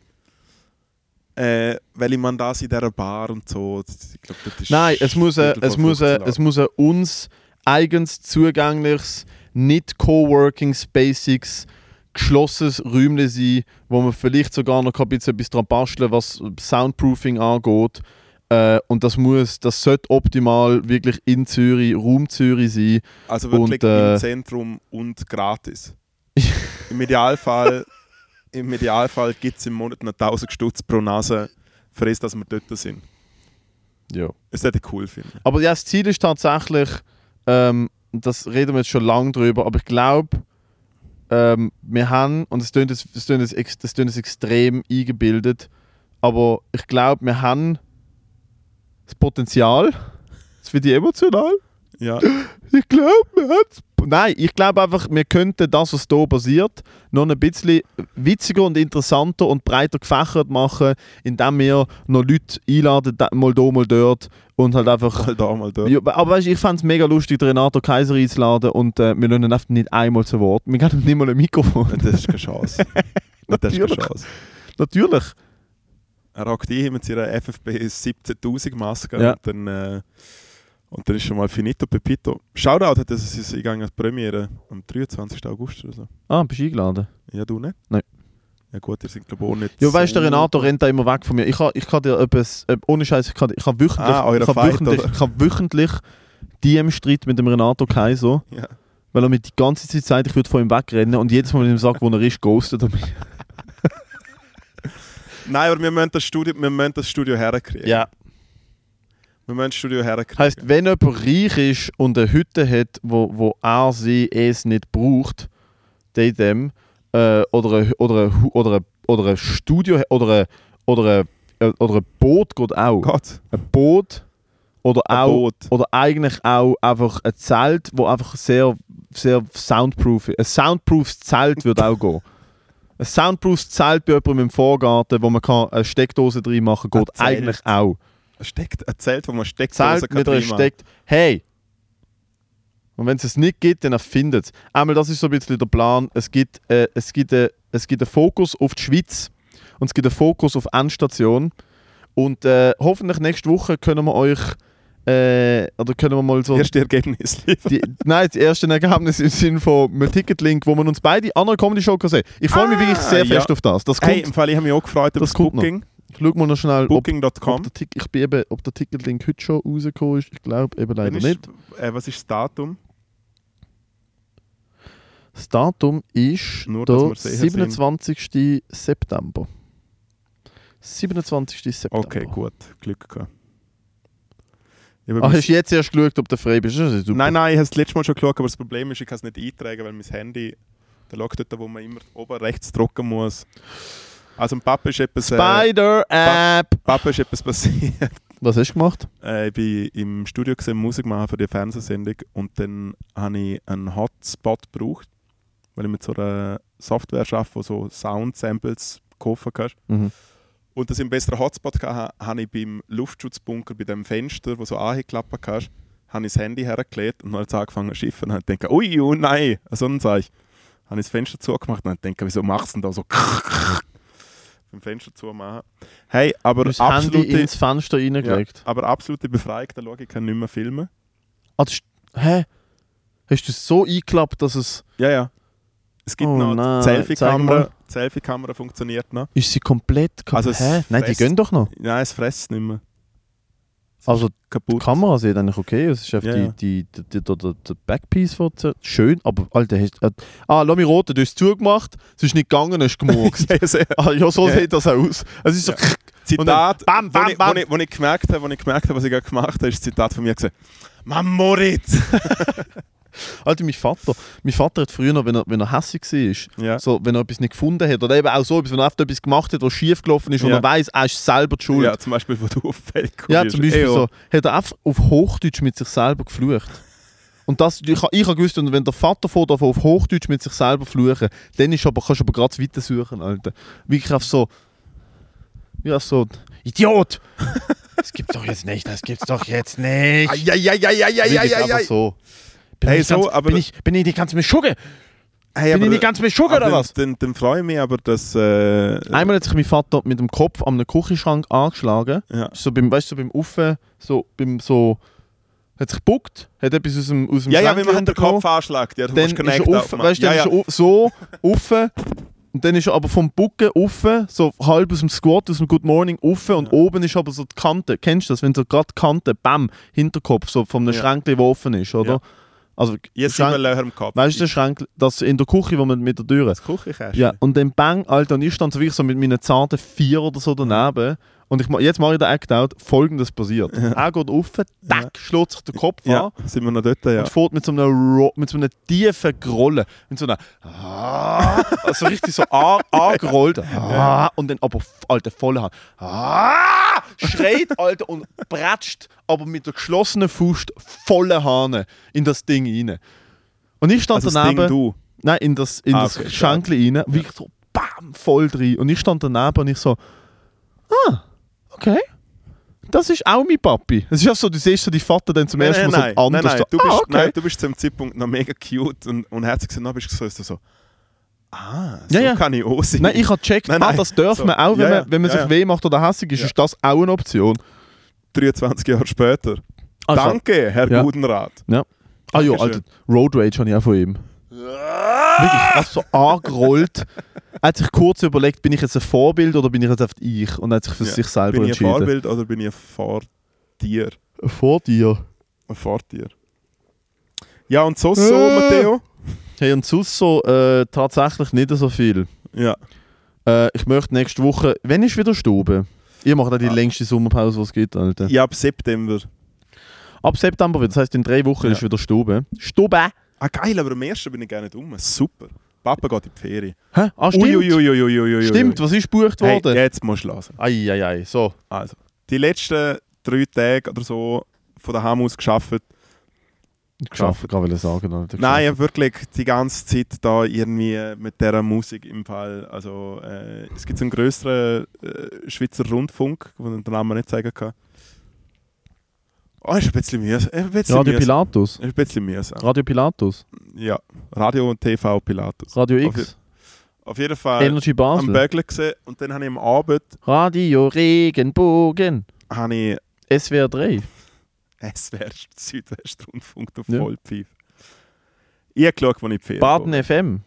Äh, weil ich man das in dieser Bar und so. Ich glaub, das ist Nein, es muss, ein, Viertel es, vor muss ein, 15 es muss ein uns eigens zugängliches, nicht Coworking Spaces, geschlossenes Räumchen sein, wo man vielleicht sogar noch ein bisschen etwas dran basteln was Soundproofing angeht. Äh, und das muss, das sollte optimal wirklich in Zürich, Raum Zürich sein. Also wirklich Und, äh, im Zentrum und gratis. Im Idealfall, im Idealfall gibt es im Monat noch 1000 Stutz pro Nase für das, dass wir dort sind. Ja. Das hätte ich cool finden. Aber ja, das Ziel ist tatsächlich, ähm, das reden wir jetzt schon lange drüber, aber ich glaube, ähm, wir haben, und es klingt jetzt, es klingt jetzt, ex- es klingt jetzt extrem eingebildet, aber ich glaube, wir haben das Potenzial, jetzt wird ich emotional, Ja, ich glaube, wir haben's. Nein, ich glaube einfach, wir könnten das, was hier passiert, noch ein bisschen witziger und interessanter und breiter gefächert machen, indem wir noch Leute einladen, da- mal da, mal dort und halt einfach. mal da, mal dort. Ja, aber weißt, du, ich fand es mega lustig, den Renato Kaiser einzuladen und äh, wir lassen ihn einfach nicht einmal zu Wort. Wir geben ihm nicht mal ein Mikrofon. Das ist keine Chance. das ist keine Natürlich. Chance. Natürlich. Er rockt ein mit seiner FFP 17.000 Maske Ja. und, dann, äh, und dann ist schon mal finito pepito. Shoutout hat das, es ist gegangen als Premiere am 23. August oder so. Ah, bist du eingeladen? Ja, du nicht? Nein. Ja gut, ihr sind glaube ich auch nicht Ja, weißt du, so- der Renato rennt da immer weg von mir. Ich kann, ich kann dir etwas, äh, ohne Scheiß, ich kann, ich kann wöchentlich, Ah, eurer ich kann Fight, wöchentlich, oder? ich kann wöchentlich DM-Streit mit dem Renato Kaiser. Ja. Weil er mir die ganze Zeit sagt, ich würde von ihm wegrennen und jedes Mal, wenn ich ihm sage, wo er ist, ghostet er mich. Nein, aber wir müssen das Studio, wir müssen das Studio herkriegen. Ja. Wir müssen das Studio herkriegen. Oh Heißt, wenn jemand reich ist und eine Hütte hat, wo, wo er sie es nicht braucht, der dem, äh, oder ein oder ein Hu- oder ein- oder ein Studio oder ein, oder ein, äh, oder ein Boot geht auch. Gott, Ein Boot oder ein auch Boot. oder eigentlich auch einfach ein Zelt, wo einfach sehr, sehr soundproof ist. Ein soundproofes Zelt würde auch gehen. Ein soundproofes Zelt bei jemandem im Vorgarten, wo man kann eine Steckdose drin machen kann, geht Ein Zelt. eigentlich auch. Ein, Steck, ein Zelt, wo man steckt. Zelt mit einer Steck... Hey! Und wenn es es nicht gibt, dann erfindet es. Einmal, das ist so ein bisschen der Plan. Es gibt, äh, es gibt, äh, es gibt einen Fokus auf die Schweiz und es gibt einen Fokus auf Endstation. Und äh, hoffentlich nächste Woche können wir euch... Äh, oder können wir mal so Erste Ergebnis liefern. die, nein, das erste Ergebnis im Sinn von einem Ticketlink, wo man uns beide an einer Comedy-Show sehen kann. Ich freue mich Ah, wirklich sehr ja. fest auf das. Das kommt. Hey, im Fall, ich habe mich auch gefreut über Das das kommt noch. Booking. ich schau mal noch schnell, ob, ob, Booking.com. der, Tick, ich bin eben, ob der Ticketlink heute schon rausgekommen ist. Ich glaube eben leider Wann ist- nicht. Äh, was ist das Datum? Das Datum ist Nur, dass der wir sicher 27. September. 27. September. Okay, gut. Glück gehabt. Ich hab Ach, mein- hast du jetzt erst geschaut, ob du frei bist? Das ist Ah, super. Nein, nein, ich habe es letztes Mal schon geschaut, aber das Problem ist, ich kann es nicht eintragen, weil mein Handy, der schaut dort, wo man immer oben rechts drücken muss. Also, im Papa ist etwas, äh, Spider-App! Papa ist etwas passiert. Was hast du gemacht? Äh, ich bin im Studio gesehen, Musik machen für die Fernsehsendung und dann habe ich einen Hotspot gebraucht, weil ich mit so einer Software arbeite, wo so Sound-Samples kaufen kannst. Mhm. Und das im besseren Hotspot gehabt habe, habe ich beim Luftschutzbunker, bei dem Fenster, wo so angeklappen kannst, habe ich das Handy hergelegt und dann hat es angefangen zu schiffen. Und dann habe ich gedacht, ui, oh nein, so ein Zeichen. Habe ich das Fenster zugemacht und dann denke wieso machst du denn da so beim Fenster zumachen? Hey, aber Das Handy absolute... ins Fenster reingelegt. Ja, aber absolute Befreiung, da schaue ich kann nicht mehr filmen. Ah, das ist, hä? Hast du es so eingeklappt, dass es. Ja, ja. Es gibt Oh noch nein, die Selfie-Kamera. zeig Die Selfie-Kamera funktioniert noch. Ist sie komplett kaputt? Also es hä? Nein, die fräst- gehen doch noch. Nein, es frisst nicht mehr. Also die Kaputt. Kamera sieht eigentlich okay aus. Es ist einfach Ja, ja. die, die, die, die, die, die Backpiece von der- Schön, aber Alter, hast, äh, Ah, lass mich roten, du hast es zugemacht, es ist nicht gegangen, hast gemurkst. ja, ja, sehr. ah, ja, so Ja. sieht das auch aus. Es ist so. Zitat, Und dann bam, bam, wo, ich, bam. Wo, ich, wo, ich gemerkt habe, wo ich gemerkt habe, was ich gerade gemacht habe, ist ein Zitat von mir gesagt. Mann, Moritz! Alter, mein Vater, mein Vater hat früher, noch, wenn er, wenn er hässig war, Ja. so, wenn er etwas nicht gefunden hat, oder eben auch so etwas, wenn er oft etwas gemacht hat, was schief gelaufen ist und Ja. er weiß, er ist selber die Schuld. Ja, zum Beispiel, wo du auf Feld kommst. oh. Ja, zum Beispiel so. Hat er einfach auf Hochdeutsch mit sich selber geflucht. Und das, ich, ha- ich habe gewusst, und wenn der Vater von davon auf Hochdeutsch mit sich selber fluchen, dann ist aber, kannst du aber gerade weiter suchen, Alter. Wirklich auf so. Ja, so. Idiot! Das gibt's doch jetzt nicht, das gibt's doch jetzt nicht! Ja, ja, ja, ja, ja, ja, Wirklich ja, einfach ja. so. Bin Hey, ich so, ganz, aber- bin, ich, bin ich nicht ganz mit Schugge? Hey, bin aber- ich nicht ganz mit Schugge aber oder dann- was? Dann, dann freue ich mich aber, dass. Äh, Einmal hat sich mein Vater mit dem Kopf an einem Küchenschrank angeschlagen. Ja. So beim, weißt du, so beim Uffen, so beim so. Hat sich gebuckt, hat etwas aus dem, aus dem ja, ja, Schränkchen wenn man halt den runtergenommen. Kopf anschlägt. Ja, du Dann musst ist Connect er offen, aufmachen. weißt du, ja, dann ja. ist er o- so offen. Und dann ist er aber vom Bucken offen, so halb aus dem Squat, aus dem Good Morning offen. Und oben ist aber so die Kante. Kennst du das? Wenn so gerade die Kante, bam, Hinterkopf, so vom einem Ja. Schränkchen, der offen ist, oder? Ja. Also, Jetzt sind wir Schränk, löcher im Kopf. weißt du, Schränkchen, das in der Küche, wo man mit der Tür. das Küchenkästchen? Ja, und dann bang, Alter, und ich stand so wirklich so mit meinen zarten vier oder so daneben. Und ich, ma- jetzt mache ich den Act-Out, folgendes passiert. Er geht auf, tack, schlägt sich den Kopf Ja, an sind wir noch dort, ja. und fährt mit so einem, Ro mit so einem tiefen Grollen, mit so einer ah, also richtig so an- angerollt ah, und dann aber, f- Alter, volle Hand ah, schreit, Alter, und bratscht, aber mit der geschlossenen Faust volle Hahne in das Ding rein. Und ich stand Also das daneben... Ding du. Nein, in das, in Ah, das okay, Schenkli rein. Wirklich so, bam, voll drin. Und ich stand daneben und ich so, ah, okay. Das ist auch mein Papi. Es ist auch so, du siehst so die Vater dann zum ersten Mal so nein, anders. nein, du so, bist, ah, okay. nein, du bist zu dem Zeitpunkt noch mega cute und, und herzig gewesen. Dann bist du so, ist du so, ah, so Ja, ja. kann ich auch sein. Nein, ich habe gecheckt, Nein, ah, nein, das darf so. man auch, wenn Ja, ja, man, wenn man ja, sich ja. weh macht oder hässig ist, Ja. ist das auch eine Option. 23 Jahre später. Danke, Herr Also, Ja. Gudenrat. Ja. Ah ja, Alter, Also. Dankeschön. Road Rage habe ich auch von ihm. Wirklich, er ist so angerollt. Er hat sich kurz überlegt, bin ich jetzt ein Vorbild oder bin ich jetzt einfach ich? Und er hat sich für Ja. sich selber Bin ich ein entschieden. Vorbild oder bin ich ein Vortier? Vor dir. Ein Vortier. Ja, und so, so, Äh. Matteo? Hey, und sonst so äh, tatsächlich nicht so viel. Ja. Äh, ich möchte nächste Woche. Wenn ist wieder Stube? Ihr macht auch Ah. die längste Sommerpause, die es gibt, Alter. ja, ab September. Ab September wieder, das heißt in drei Wochen Ja. ist wieder Stube. Stube! Ah, geil, aber am ersten bin ich gar nicht um. Super. Papa geht in die Ferien. Hä? Ah, stimmt. Uiuiuiuiuiui. Stimmt, was ist gebucht Hey, worden? jetzt musst du lassen. Eieiei, so. Also, die letzten drei Tage oder so von daheim aus geschafft. Geschafft, kann ich sagen. Alter. Nein, ich hab wirklich die ganze Zeit da irgendwie äh, mit dieser Musik im Fall. Also, äh, es gibt so einen größeren äh, Schweizer Rundfunk, den ich den Namen nicht zeigen kann. Oh, ist ein bisschen mühsam. Ist ein bisschen Radio mühsam. Pilatus. Ist ein bisschen mühsam. Radio Pilatus. Ja, Radio und TV Pilatus. Radio Auf X. Äh, Auf jeden Fall Energy am Basel. Bögeln gesehen und dann habe ich am Abend Radio Regenbogen. habe ich SWR 3. SWR Südwestrundfunk auf Ja. Vollpfeife. Ich habe geschaut, wo ich in die Ferien Baden gehe. FM.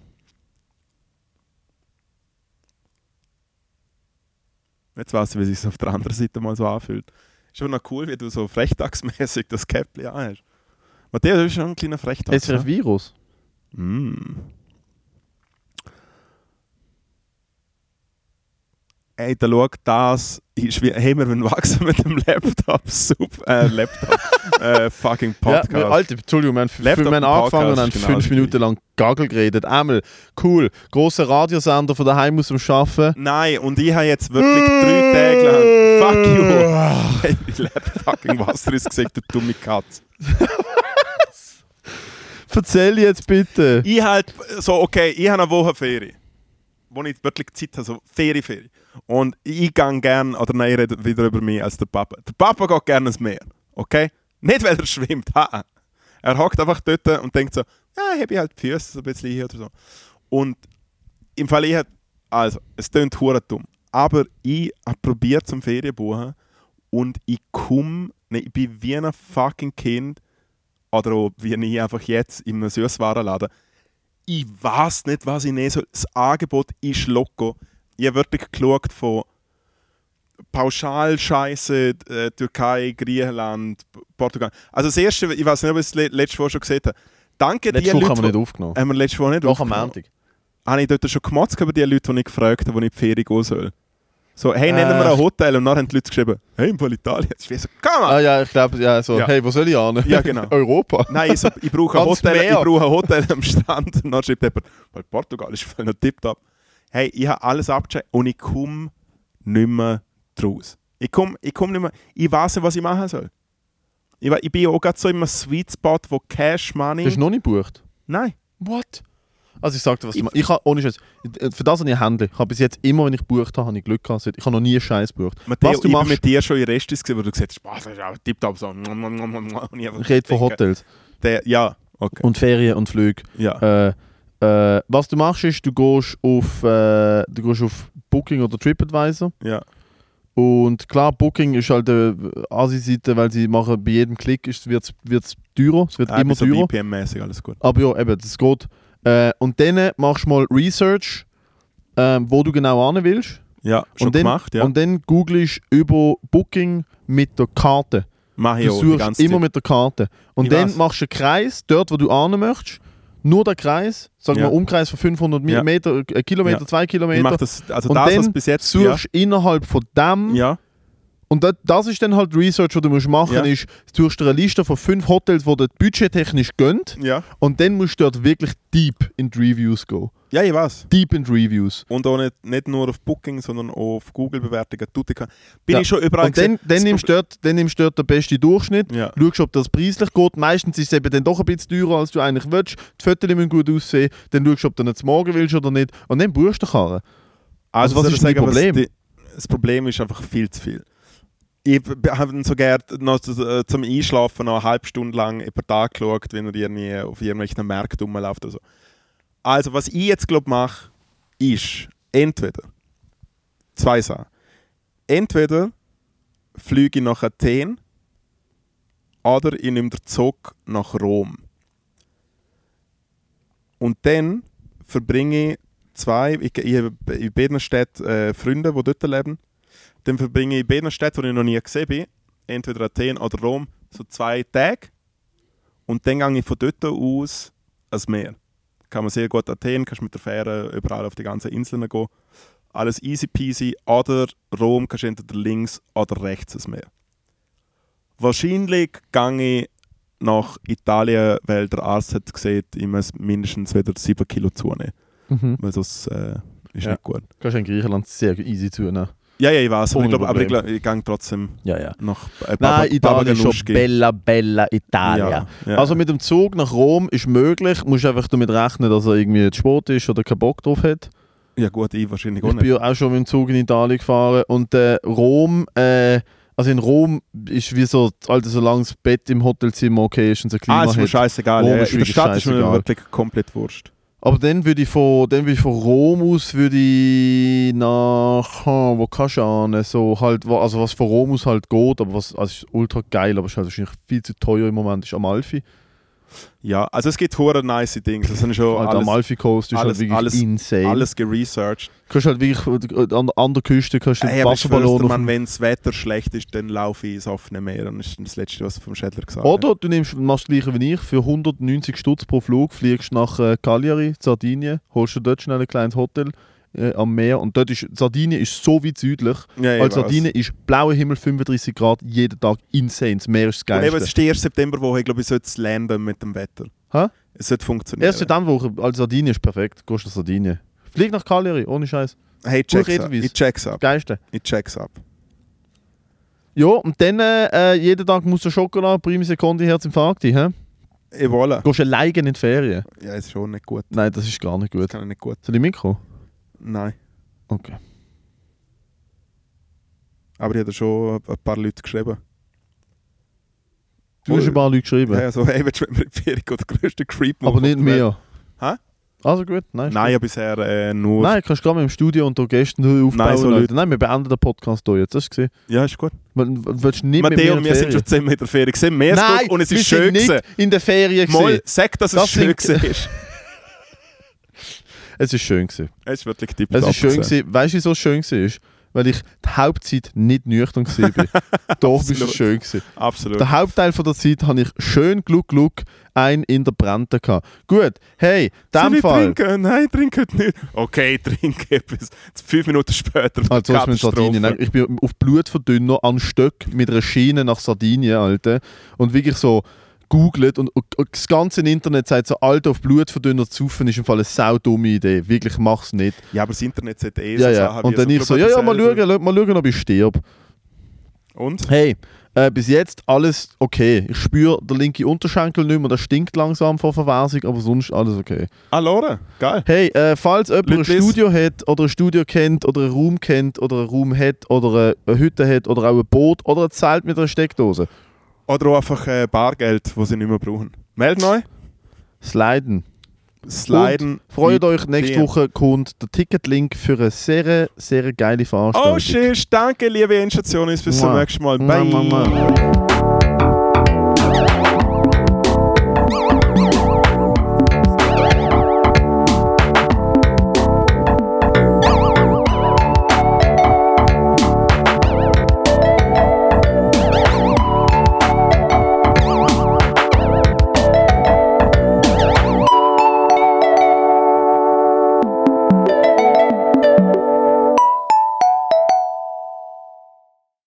Jetzt weiss ich, wie es sich auf der anderen Seite mal so anfühlt. Ist aber noch cool, wie du so frechtagsmäßig das Käppli anhast. Matthias, du bist schon ein kleiner Frechtags. SWR ne? Virus. Mm. Ey, da schau, das ist wie immer, wenn wachsen mit dem Laptop. Sub, äh, Laptop. äh, fucking Podcast. Ja, wir- Alter, Entschuldigung, wir haben, fünf- Laptop wir haben und angefangen und Podcast haben ist genau fünf das Minuten lang Gagel geredet. Einmal, cool, großer Radiosender von daheim aus dem Schaffen. Nein, und ich habe jetzt wirklich drei Tage Mm. lang. Fuck you! Hey, ich lebe fucking Wasser ins Gesicht, du dumme Katze. Erzähl jetzt bitte. Ich halt, so, okay, ich habe eine Woche Ferien. Wo ich wirklich Zeit habe, so Ferien, Ferien. Und ich gehe gern, oder nein, ich rede wieder über mich als der Papa. Der Papa geht gerne ins Meer, okay? Nicht, weil er schwimmt, ha. Er hockt einfach dort und denkt so, ja, habe ich halt die Füße so ein bisschen hier oder so. Und im Fall ich hat, also, es tönt hure dumm, aber ich habe probiert zum Ferien buchen und ich komme, ne, ich bin wie ein fucking Kind oder auch wie ich einfach jetzt in einem Süßwarenladen. Ich weiß nicht, was ich nehmen soll. Das Angebot ist loco. Ich habe wirklich geschaut von Pauschalscheiße, äh, Türkei, Griechenland, P- Portugal. Also das erste, ich weiß nicht, ob ich es le- letzte Woche schon gesehen habe. Danke Letzte Woche dir, Leute, haben wir nicht wo- aufgenommen. haben wir letzte Woche nicht Doch am aufgenommen Montag. habe ich dort schon gemotzt über die Leute, die ich gefragt habe, wo ich in die Ferien gehen soll. So, hey, nennen Äh. wir ein Hotel. Und dann haben die Leute geschrieben, hey, im Italien. Ich bin so, come on! Ah ja, ich glaube, ja, so, Ja. hey, wo soll ich hin? Ja, genau. Europa. Nein, ich, so, ich brauche ein Ans Hotel, ich Meer. brauche ein Hotel am Strand. Und dann schreibt jemand, weil Portugal ist voll noch tipptopp. Hey, ich habe alles abgecheckt und ich komme nicht mehr draus. Ich komme ich komm nicht mehr, ich weiß nicht, was ich machen soll. Ich, we- ich bin ja auch gerade so in einem Sweet Spot, wo Cash Money... Das ist noch nicht gebucht. Nein. What? Also ich sag dir was, ich, ich habe ohne Scheiß, Äh, für das habe ich Handy. Ich habe bis jetzt immer, wenn ich gebucht habe, habe ich Glück gehabt. Ich habe noch nie einen Scheiß gebucht. Matteo, was du ich war machst, mit dir schon in Restis, gewesen, wo du gesagt hast, «Boah, das ist auch tipptopp so. Und ich einfach ich rede von denke, Hotels Der, ja, okay. und Ferien und Flüge. Ja. Äh, äh, was du machst ist, du gehst auf, äh, du gehst auf Booking oder TripAdvisor Ja. und klar, Booking ist halt eine Asi-Seite, weil sie machen, bei jedem Klick wird es teurer, es wird Ah, immer so teurer. BPM-mäßig, alles gut. Aber ja, eben, das geht. Äh, und dann machst du mal Research, ähm, wo du genau hin willst. Ja, schon und dann, gemacht, ja. Und dann googelst du über Booking mit der Karte. Mach Du ich auch die suchst ganze immer Zeit. mit der Karte. Und Ich dann weiß. machst du einen Kreis, dort, wo du hin möchtest. Nur der Kreis, sagen wir Ja. Umkreis von 500 Ja. Meter, äh, Kilometer, Ja. zwei Ich mach Kilometer. das, also Und das, was dann bis jetzt... Suchst innerhalb von dem. ja, ja, Und das, das ist dann halt Research, was du musst machen Ja. ist, du suchst dir eine Liste von fünf Hotels, die dir budgettechnisch gehen. ja. Und dann musst du dort wirklich deep in die Reviews gehen. Ja, ich weiß. Deep in die Reviews. Und auch nicht, nicht nur auf Booking, sondern auch auf Google-Bewertungen. Tutti kann- Bin Ja. ich schon überall Und dann, gesehen. dann, Das nimmst du dort, dann nimmst du dort den besten Durchschnitt, Ja. schaust, ob das preislich geht. Meistens ist es eben dann doch ein bisschen teurer, als du eigentlich willst. Die Fotos müssen gut aussehen. Dann schaust du, ob du nicht morgen willst oder nicht. Und dann buchst du den Karren. Also, was soll ist ich dein Problem? was die- das Problem ist einfach viel zu viel. Ich b- habe dann so gerne noch zu- äh, zum Einschlafen noch eine halbe Stunde lang über den Tag geschaut, wenn er irgendwie auf irgendwelchen Märkten rumläuft oder so. Also, was ich jetzt glaube mache, ist entweder zwei Sachen. Entweder fliege ich nach Athen oder ich nehme den Zug nach Rom. Und dann verbringe ich zwei, ich, ich habe in beiden Städten äh, Freunde, die dort leben. Dann verbringe ich in beiden Städten, die ich noch nie gesehen bin, entweder Athen oder Rom, so zwei Tage. Und dann gehe ich von dort aus ans Meer. Kann man sehr gut Athen, kannst mit der Fähre überall auf die ganzen Inseln gehen. Alles easy peasy. Oder Rom kannst du entweder links oder rechts ans Meer. Wahrscheinlich gehe ich nach Italien, weil der Arzt hat gesehen, ich muss mindestens wieder 7 Kilo zunehmen Mhm. weil sonst äh, ist Ja. nicht gut. Kannst du in Griechenland sehr easy ne? zunehmen. Ja, ja, ich weiß, aber Ohne ich, glaub, aber ich, Problem. glaub, ich gehe trotzdem Ja, ja. nach äh, Baba- Nein, Italien ist schon Babagaluschki. bella, bella Italia. Ja, ja. Also mit dem Zug nach Rom ist möglich. Du musst einfach damit rechnen, dass er irgendwie zu spät ist oder keinen Bock drauf hat. ja, gut, ich wahrscheinlich auch Ich bin nicht. ja auch schon mit dem Zug in Italien gefahren und äh, Rom, äh, also in Rom ist wie so, also solange das Bett im Hotelzimmer okay ist und so Klima Ah, ist mir hat. scheißegal. Rom Ja, ja. halt ist In der wirklich Stadt ist mir scheißegal. wirklich komplett wurscht. Aber dann würde ich von, dann würde ich von Rom aus würde ich nach, hm, wo kannst du hin? So halt, wo- also was von Rom aus halt geht, aber was, also ist ultra geil, aber ist halt wahrscheinlich viel zu teuer im Moment, ist Amalfi. Ja, also es gibt hohe nice Dinge. Das sind schon Alter, alles, Amalfi Coast Halt, ist halt alles- wirklich alles- insane. alles geresearched. Kannst halt wirklich, äh, an, an der Küste kannst du Ey, den aber ich schwör's Wasserballon dir, auf Mann, dem- wenn das Wetter schlecht ist, dann laufe ich ins offene Meer. Und das ist das Letzte, was vom Schädler gesagt hat. Oder du nimmst, machst das gleiche wie ich, für 190 Stutz pro Flug fliegst nach äh, Cagliari, Sardinien, holst du dort schnell ein kleines Hotel äh, am Meer und dort ist, Sardinien ist so weit südlich, Ja, ich als weiß. Sardinien Also ist blauer Himmel, 35 Grad, jeden Tag insane, das Meer ist das Und eben, es Geilste. ist die 1. Septemberwoche, ich glaube, ich sollte landen mit dem Wetter. Hä? Es sollte funktionieren. Erst in dieser Woche, also Sardinien ist perfekt, gehst nach Sardinien. Flieg nach Cagliari, ohne Scheiß, hey, check's ab. Buchredeweiss. Ich check's ab. Geilste. Ich check's ab. Ja, und dann äh, äh, jeden Tag musst du Schokolade, prime Sekunde, Herzinfarkt, hä? Ich wolle. Gehst alleine in die Ferien. Ja, ist schon nicht gut. Nein, das ist gar nicht Das gut. kann ich nicht gut. Soll ich Mikro? Nein. Okay. Aber ich habe schon ein paar Leute geschrieben. Du hast ein paar Leute geschrieben. Ja, so, hey, willst du mit mir in die Ferien gehen? Der größte creep Aber nicht mehr. Hä? Also gut, nein. Nein, ich habe bisher äh, nur... Nein, kannst du gerade mit dem Studio und den Gästen neu aufbauen. Nein, so Alter. Leute. nein wir beenden den Podcast hier jetzt. Hast du gesehen? Ja, ist gut. Weil- weil- Willst du nicht Matteo, mit mir in wir sind schon 10 Meter Ferien gesehen. Wir Nein, und es wir ist schön sind nicht gewesen. in der Ferien Mal, gesehen. sag, dass es Das schön sind- gewesen Es ist schön gewesen. Es ist wirklich tipptopp Es ist schön gewesen. Weißt du, wieso es schön gewesen ist? weil ich die Hauptzeit nicht nüchtern war. Doch bist du Absolut. schön. Gewesen. Absolut. Der Hauptteil von der Zeit habe ich schön gluck gluck ein in der Brente gehabt. Gut, hey, in Soll dem ich Fall. trinken? Nein, trinket nicht. Okay, trink etwas. Fünf Minuten später. Also ist mit Katastrophe. Sardinien. Ich bin auf Blutverdünner an Stöck mit einer Schiene nach Sardinien, Alter. Und wirklich so googelt und, und, und das ganze Internet sagt so, Alter, auf Blutverdünner zu saufen ist im Fall eine saudumme Idee. Wirklich, mach's nicht. Ja, aber das Internet sollte eh ja, so ja. Sachen wie Und dann so ich so, ja, ja, mal Globalisierung- schauen, mal schauen, ob ich stirb. Und? Hey, äh, bis jetzt alles okay. Ich spüre den linken Unterschenkel nicht mehr, der stinkt langsam vor Verwesung, aber sonst alles okay. Ah, Lore, geil. Hey, äh, falls jemand ein Leute, lies. Studio hat oder ein Studio kennt oder einen Raum kennt oder einen Raum hat oder eine Hütte hat oder auch ein Boot oder ein Zelt mit einer Steckdose. Oder auch einfach äh, Bargeld, das sie nicht mehr brauchen. Meldet euch. Sliden. Sliden. Freut mit euch, nächste dir. Woche kommt der Ticketlink für eine sehr, sehr geile Veranstaltung. Oh, tschüss. Danke, liebe Institutionen. Bis zum Mua. nächsten Mal. Mua, mua, Bye. mua.